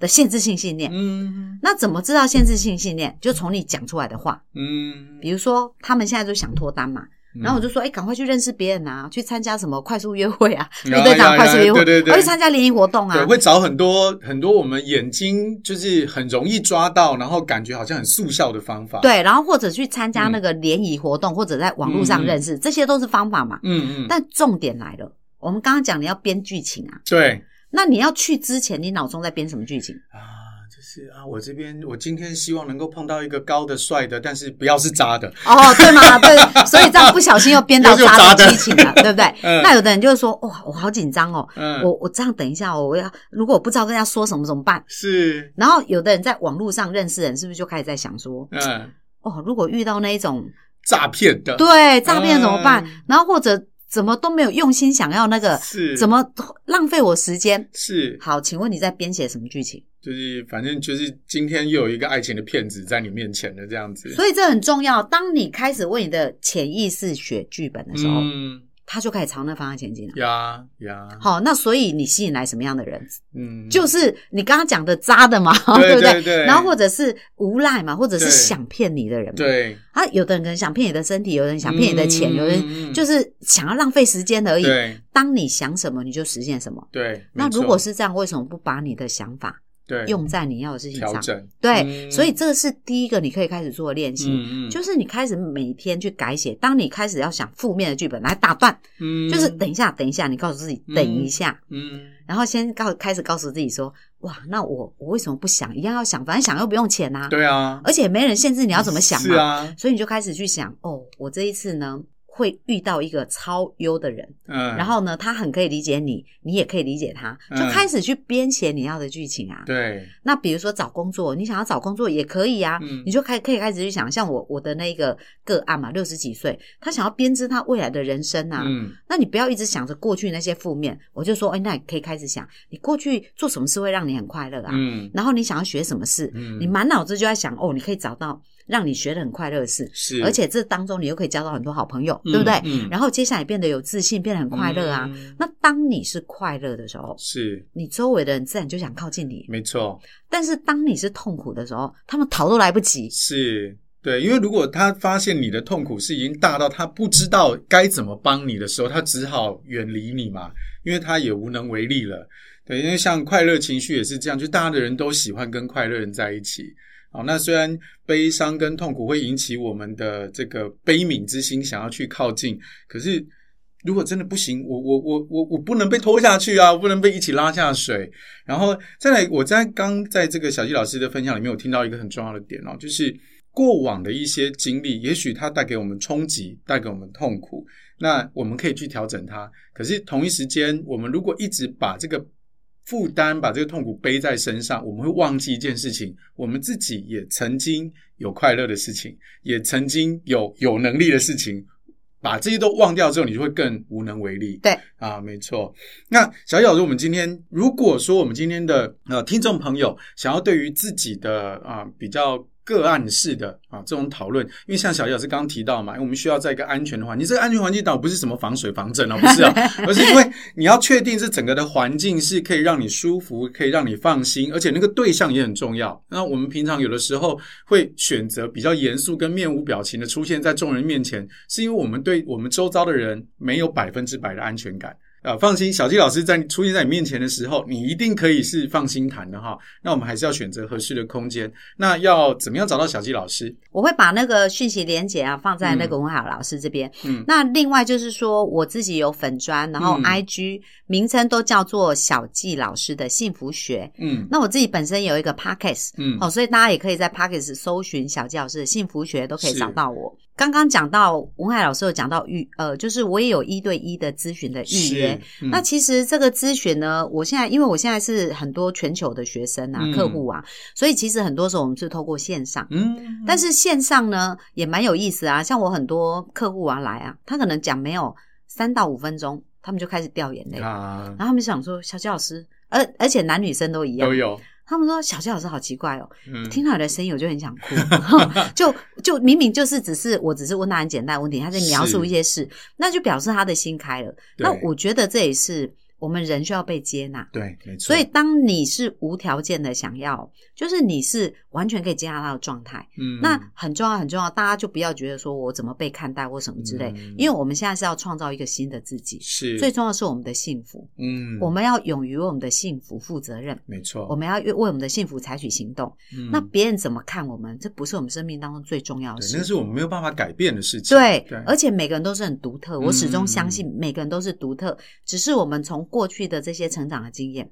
[SPEAKER 3] 的限制性信念。
[SPEAKER 2] 嗯
[SPEAKER 3] 那怎么知道限制性信念？就从你讲出来的话，
[SPEAKER 2] 嗯，
[SPEAKER 3] 比如说他们现在就想脱单嘛，然后我
[SPEAKER 2] 就
[SPEAKER 3] 就说，哎、赶快去认识别人啊，去参加什么快速约
[SPEAKER 2] <laughs>
[SPEAKER 3] 会啊，
[SPEAKER 2] 嗯
[SPEAKER 3] 陆队
[SPEAKER 2] 呀呀
[SPEAKER 3] 长快速约会，
[SPEAKER 2] 对对对
[SPEAKER 3] 啊去参加联谊活动
[SPEAKER 2] 对
[SPEAKER 3] 啊。
[SPEAKER 2] 会找很多很多我们眼睛就是很容易抓到，然后感觉好像很速效的方法。，
[SPEAKER 3] 对，然后或者去参加那个联谊活动，或者在网络上认识，这些都是方法嘛。
[SPEAKER 2] 嗯嗯嗯，
[SPEAKER 3] 但重点来了，我们刚刚讲你要编剧情啊，
[SPEAKER 2] 对。
[SPEAKER 3] 那你要去之前，你脑中在编什么
[SPEAKER 2] <laughs>
[SPEAKER 3] 剧情？
[SPEAKER 2] 啊，就是啊，我这边我今天希望能够碰到一个高的、帅的，但是不要是渣的。
[SPEAKER 3] 哦，对嘛，对，所以这样不小心又编到
[SPEAKER 2] 又
[SPEAKER 3] 渣
[SPEAKER 2] 又渣
[SPEAKER 3] 的
[SPEAKER 2] 的
[SPEAKER 3] 剧情
[SPEAKER 2] <laughs>
[SPEAKER 3] 了，对不对？
[SPEAKER 2] 嗯
[SPEAKER 3] 那有的人就会说，哇，我好紧张哦，
[SPEAKER 2] 嗯，
[SPEAKER 3] 我我这样等一下哦，我要如果我不知道跟人家说什么怎么办？
[SPEAKER 2] 是
[SPEAKER 3] 然后有的人在网络上认识人，是不是就开始在想说，
[SPEAKER 2] 嗯
[SPEAKER 3] 哦，如果遇到那一种
[SPEAKER 2] 诈骗的，
[SPEAKER 3] 对诈骗怎么办
[SPEAKER 2] 嗯？
[SPEAKER 3] 然后或者怎么都没有用心想要那个，
[SPEAKER 2] 是
[SPEAKER 3] 怎么浪费我时间？
[SPEAKER 2] 是
[SPEAKER 3] 好，请问你在编写什么剧情？
[SPEAKER 2] 就是反正就是今天又有一个爱情的骗子在你面前的这样子。
[SPEAKER 3] 所以这很重要。当你开始为你的潜意识写剧本的时候，
[SPEAKER 2] 嗯
[SPEAKER 3] 他就开始朝那方向前进了。
[SPEAKER 2] 呀呀，
[SPEAKER 3] 好，那所以你吸引来什么样的人？
[SPEAKER 2] 嗯，
[SPEAKER 3] 就是你刚刚讲的渣的嘛，
[SPEAKER 2] 对
[SPEAKER 3] <laughs> 不
[SPEAKER 2] 对对
[SPEAKER 3] 然后或者是无赖嘛，或者是
[SPEAKER 2] 对
[SPEAKER 3] 想骗你的人嘛。
[SPEAKER 2] 对，
[SPEAKER 3] 啊，有的人可能想骗你的身体，有的人想骗你的钱，
[SPEAKER 2] 嗯
[SPEAKER 3] 有的
[SPEAKER 2] 嗯
[SPEAKER 3] 人就是想要浪费时间而已。
[SPEAKER 2] 对
[SPEAKER 3] 当你想什么，你就实现什么。
[SPEAKER 2] 对。
[SPEAKER 3] 那
[SPEAKER 2] 没错
[SPEAKER 3] 如果是这样，为什么不把你的想法
[SPEAKER 2] 对
[SPEAKER 3] 用在你要的事情
[SPEAKER 2] 调
[SPEAKER 3] 上？
[SPEAKER 2] 整，
[SPEAKER 3] 对，
[SPEAKER 2] 嗯
[SPEAKER 3] 所以这是第一个你可以开始做的练习，
[SPEAKER 2] 嗯嗯，
[SPEAKER 3] 就是你开始每天去改写。当你开始要想负面的剧本来打断，
[SPEAKER 2] 嗯
[SPEAKER 3] 就是等一下，等一下，你告诉自己
[SPEAKER 2] 嗯
[SPEAKER 3] 等一下，
[SPEAKER 2] 嗯
[SPEAKER 3] 然后先告开始告诉自己说，哇，那我我为什么不想？一样要想，反正想又不用钱啊，
[SPEAKER 2] 对啊，
[SPEAKER 3] 而且也没人限制你要怎么想
[SPEAKER 2] 是啊，
[SPEAKER 3] 所以你就开始去想，哦，我这一次呢会遇到一个超优的人，
[SPEAKER 2] 嗯，
[SPEAKER 3] 然后呢，他很可以理解你，你也可以理解他，
[SPEAKER 2] 嗯
[SPEAKER 3] 就开始去编写你要的剧情啊。
[SPEAKER 2] 对，
[SPEAKER 3] 那比如说找工作，你想要找工作也可以啊，
[SPEAKER 2] 嗯
[SPEAKER 3] 你就开可以开始去想，像我我的那个个案嘛，六十几岁，他想要编织他未来的人生啊，
[SPEAKER 2] 嗯
[SPEAKER 3] 那你不要一直想着过去那些负面，我就说，哎，那你可以开始想，你过去做什么事会让你很快乐啊？
[SPEAKER 2] 嗯
[SPEAKER 3] 然后你想要学什么事，
[SPEAKER 2] 嗯，
[SPEAKER 3] 你满脑子就在想，哦，你可以找到让你学得很快乐的事，
[SPEAKER 2] 是，
[SPEAKER 3] 而且这当中你又可以交到很多好朋友，
[SPEAKER 2] 嗯
[SPEAKER 3] 对不对？
[SPEAKER 2] 嗯
[SPEAKER 3] 然后接下来变得有自信，变得很快乐啊。
[SPEAKER 2] 嗯
[SPEAKER 3] 那当你是快乐的时候，
[SPEAKER 2] 是
[SPEAKER 3] 你周围的人自然就想靠近你；
[SPEAKER 2] 没错，
[SPEAKER 3] 但是当你是痛苦的时候，他们逃都来不及。
[SPEAKER 2] 是对，因为如果他发现你的痛苦是已经大到他不知道该怎么帮你的时候，他只好远离你嘛，因为他也无能为力了。对，因为像快乐情绪也是这样，就大家的人都喜欢跟快乐人在一起。好，那虽然悲伤跟痛苦会引起我们的这个悲悯之心，想要去靠近，可是如果真的不行，我我我我我不能被拖下去啊，我不能被一起拉下水。然后再来，我在刚在这个小纪老师的分享里面，我听到一个很重要的点哦，就是过往的一些经历，也许它带给我们冲击，带给我们痛苦，那我们可以去调整它。可是同一时间，我们如果一直把这个负担、把这个痛苦背在身上，我们会忘记一件事情：我们自己也曾经有快乐的事情，也曾经有有能力的事情。把这些都忘掉之后，你就会更无能为力。
[SPEAKER 3] 对
[SPEAKER 2] 啊，没错。那小易老师，我们今天如果说我们今天的呃听众朋友想要对于自己的啊、比较个案式的啊这种讨论，因为像小易老师刚刚提到嘛，我们需要在一个安全的环境，这个安全环境倒不是什么防水防震哦，不是啊，而是因为你要确定这整个的环境是可以让你舒服，可以让你放心，而且那个对象也很重要。那我们平常有的时候会选择比较严肃跟面无表情的出现在众人面前，是因为我们对我们周遭的人没有百分之百的安全感。呃，放心，小纪老师在你出现在你面前的时候，你一定可以是放心谈的哈。那我们还是要选择合适的空间。那要怎么样找到小纪老师？
[SPEAKER 3] 我会把那个讯息连接啊放在那个文海老师这边。
[SPEAKER 2] 嗯
[SPEAKER 3] 那另外就是说，我自己有粉砖，然后
[SPEAKER 2] 嗯
[SPEAKER 3] IG、名称都叫做小纪老师的幸福学。
[SPEAKER 2] 嗯
[SPEAKER 3] 那我自己本身有一个 Pockets，
[SPEAKER 2] 嗯，
[SPEAKER 3] 哦，所以大家也可以在 Pockets 搜寻小纪老师的幸福学，都可以
[SPEAKER 2] 是
[SPEAKER 3] 找到我。刚刚讲到文海老师有讲到预，呃，就是我也有一对一的咨询的预约。
[SPEAKER 2] 是嗯
[SPEAKER 3] 那其实这个咨询呢，我现在因为我现在是很多全球的学生啊、
[SPEAKER 2] 嗯
[SPEAKER 3] 客户啊，所以其实很多时候我们是透过线上。
[SPEAKER 2] 嗯，
[SPEAKER 3] 但是线上呢也蛮有意思啊，像我很多客户啊来啊，他可能讲没有三到五分钟，他们就开始掉眼泪，
[SPEAKER 2] 啊
[SPEAKER 3] 然后他们就想说小纪老师，而而且男女生都一样
[SPEAKER 2] 都，有，
[SPEAKER 3] 他们说小纪老师好奇怪哦，
[SPEAKER 2] 嗯，
[SPEAKER 3] 听到你的声音我就很想哭， <laughs> 就就明明就是只是我只是问他很简单的问题，他在描述
[SPEAKER 2] 是
[SPEAKER 3] 一些事，那就表示他的心开了。那
[SPEAKER 2] 对
[SPEAKER 3] 我觉得这也是我们人需要被接纳。
[SPEAKER 2] 对，没错。
[SPEAKER 3] 所以，当你是无条件的想要，就是你是完全可以接纳他的状态，
[SPEAKER 2] 嗯，
[SPEAKER 3] 那很重要，很重要。大家就不要觉得说我怎么被看待或什么之类，
[SPEAKER 2] 嗯
[SPEAKER 3] 因为我们现在是要创造一个新的自己。
[SPEAKER 2] 是
[SPEAKER 3] 最重要的是我们的幸福，
[SPEAKER 2] 嗯，哦
[SPEAKER 3] 我们要勇于为我们的幸福负责任，
[SPEAKER 2] 没错，
[SPEAKER 3] 我们要为我们的幸福采取行动。
[SPEAKER 2] 嗯
[SPEAKER 3] 那别人怎么看我们，这不是我们生命当中最重要的
[SPEAKER 2] 对
[SPEAKER 3] 事
[SPEAKER 2] 那。是我们没有办法改变的事情。
[SPEAKER 3] 对
[SPEAKER 2] 对，，
[SPEAKER 3] 而且每个人都是很独特。我始终相信
[SPEAKER 2] 嗯
[SPEAKER 3] 每个人都是独特，只是我们从过去的这些成长的经验，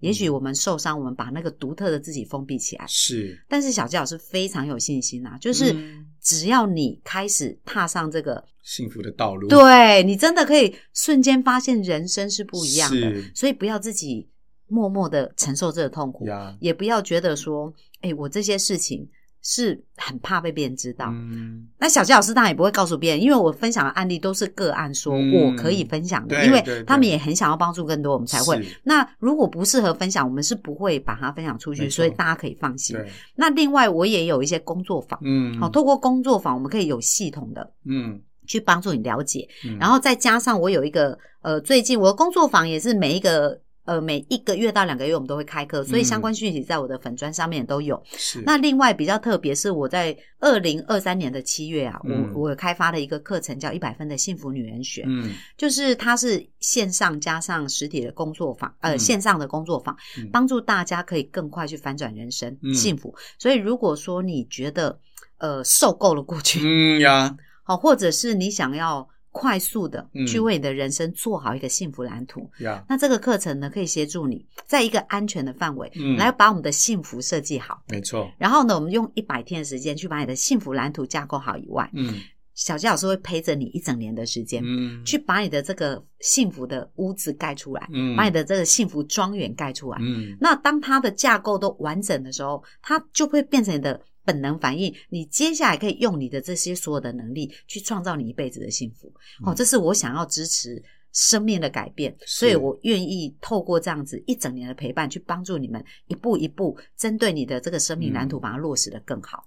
[SPEAKER 3] 也
[SPEAKER 2] 嗯
[SPEAKER 3] 许我们受伤，我们把那个独特的自己封闭起来。
[SPEAKER 2] 是
[SPEAKER 3] 但是小纪老师非常有信心啊，就是
[SPEAKER 2] 嗯
[SPEAKER 3] 只要你开始踏上这个，
[SPEAKER 2] 幸福的道路。
[SPEAKER 3] 对你真的可以瞬间发现人生是不一样的
[SPEAKER 2] 是。
[SPEAKER 3] 所以不要自己默默的承受这个痛苦，
[SPEAKER 2] 呀，
[SPEAKER 3] 也不要觉得说，哎，我这些事情是很怕被别人知道。
[SPEAKER 2] 嗯，
[SPEAKER 3] 那小纪老师当然也不会告诉别人，因为我分享的案例都是个案，说
[SPEAKER 2] 嗯
[SPEAKER 3] 我可以分享的，
[SPEAKER 2] 对
[SPEAKER 3] 因为
[SPEAKER 2] 对
[SPEAKER 3] 他们
[SPEAKER 2] 对
[SPEAKER 3] 也很想要帮助更多，我们才会。
[SPEAKER 2] 是
[SPEAKER 3] 那如果不适合分享，我们是不会把它分享出
[SPEAKER 2] 没
[SPEAKER 3] 去，
[SPEAKER 2] 错
[SPEAKER 3] 所以大家可以放心。
[SPEAKER 2] 对，
[SPEAKER 3] 那另外，我也有一些工作坊，
[SPEAKER 2] 嗯，
[SPEAKER 3] 好、，透过工作坊，我们可以有系统的
[SPEAKER 2] 嗯，
[SPEAKER 3] 去帮助你了解，
[SPEAKER 2] 嗯
[SPEAKER 3] 然后再加上我有一个呃，最近我的工作坊也是每一个。呃，每一个月到两个月我们都会开课，所以相关讯息在我的粉砖上面也都有。
[SPEAKER 2] 嗯是
[SPEAKER 3] 那另外比较特别是我在二零二三年的七月啊，
[SPEAKER 2] 嗯
[SPEAKER 3] 我我开发了一个课程叫《一百分的幸福女人学》，
[SPEAKER 2] 嗯
[SPEAKER 3] 就是它是线上加上实体的工作坊，呃，
[SPEAKER 2] 嗯
[SPEAKER 3] 线上的工作坊
[SPEAKER 2] 嗯，
[SPEAKER 3] 帮助大家可以更快去翻转人生、
[SPEAKER 2] 嗯
[SPEAKER 3] 幸福。所以如果说你觉得呃受够了过去，
[SPEAKER 2] 嗯呀，
[SPEAKER 3] 好、或者是你想要快速的
[SPEAKER 2] 嗯
[SPEAKER 3] 去为你的人生做好一个幸福蓝图，
[SPEAKER 2] 呀，
[SPEAKER 3] 那这个课程呢可以协助你在一个安全的范围。
[SPEAKER 2] 嗯，
[SPEAKER 3] 来，把我们的幸福设计好，
[SPEAKER 2] 没错，
[SPEAKER 3] 然后呢，我们用一百天的时间去把你的幸福蓝图架构好以外，
[SPEAKER 2] 嗯
[SPEAKER 3] 小鸡老师会陪着你一整年的时间，
[SPEAKER 2] 嗯，
[SPEAKER 3] 去把你的这个幸福的屋子盖出来，
[SPEAKER 2] 嗯
[SPEAKER 3] 把你的这个幸福庄园盖出来。
[SPEAKER 2] 嗯
[SPEAKER 3] 那当它的架构都完整的时候，它就会变成你的本能反应。你接下来可以用你的这些所有的能力去创造你一辈子的幸福。哦，这是我想要支持生命的改变，所以我愿意透过这样子一整年的陪伴，去帮助你们一步一步针对你的这个生命蓝图，把它落实的更好。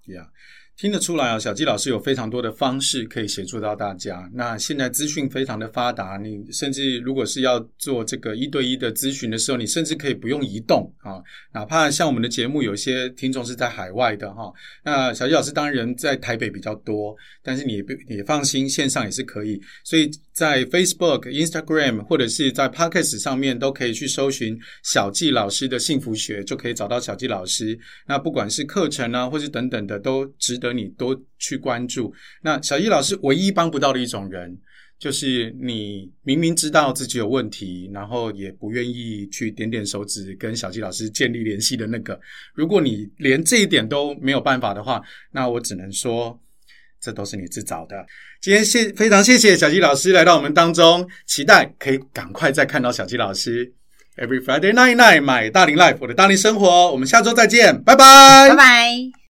[SPEAKER 2] 听得出来啊，小纪老师有非常多的方式可以协助到大家。那现在资讯非常的发达，你甚至如果是要做这个一对一的咨询的时候，你甚至可以不用移动啊，哪怕像我们的节目有些听众是在海外的哈、那小纪老师当然人在台北比较多，但是你也不也放心，线上也是可以。所以在 Facebook、Instagram 或者是在 Podcast 上面都可以去搜寻小纪老师的幸福学，就可以找到小纪老师。那不管是课程啊，或是等等的，都值得你多去关注。那小易老师唯一帮不到的一种人，就是你明明知道自己有问题，然后也不愿意去点点手指跟小纪老师建立联系的那个。如果你连这一点都没有办法的话，那我只能说。这都是你自找的。今天谢非常谢谢小纪老师来到我们当中，期待可以赶快再看到小纪老师。Every 哎 Friday night night，买大龄 life，我的大龄生活。我们下周再见，拜拜，
[SPEAKER 3] 拜拜。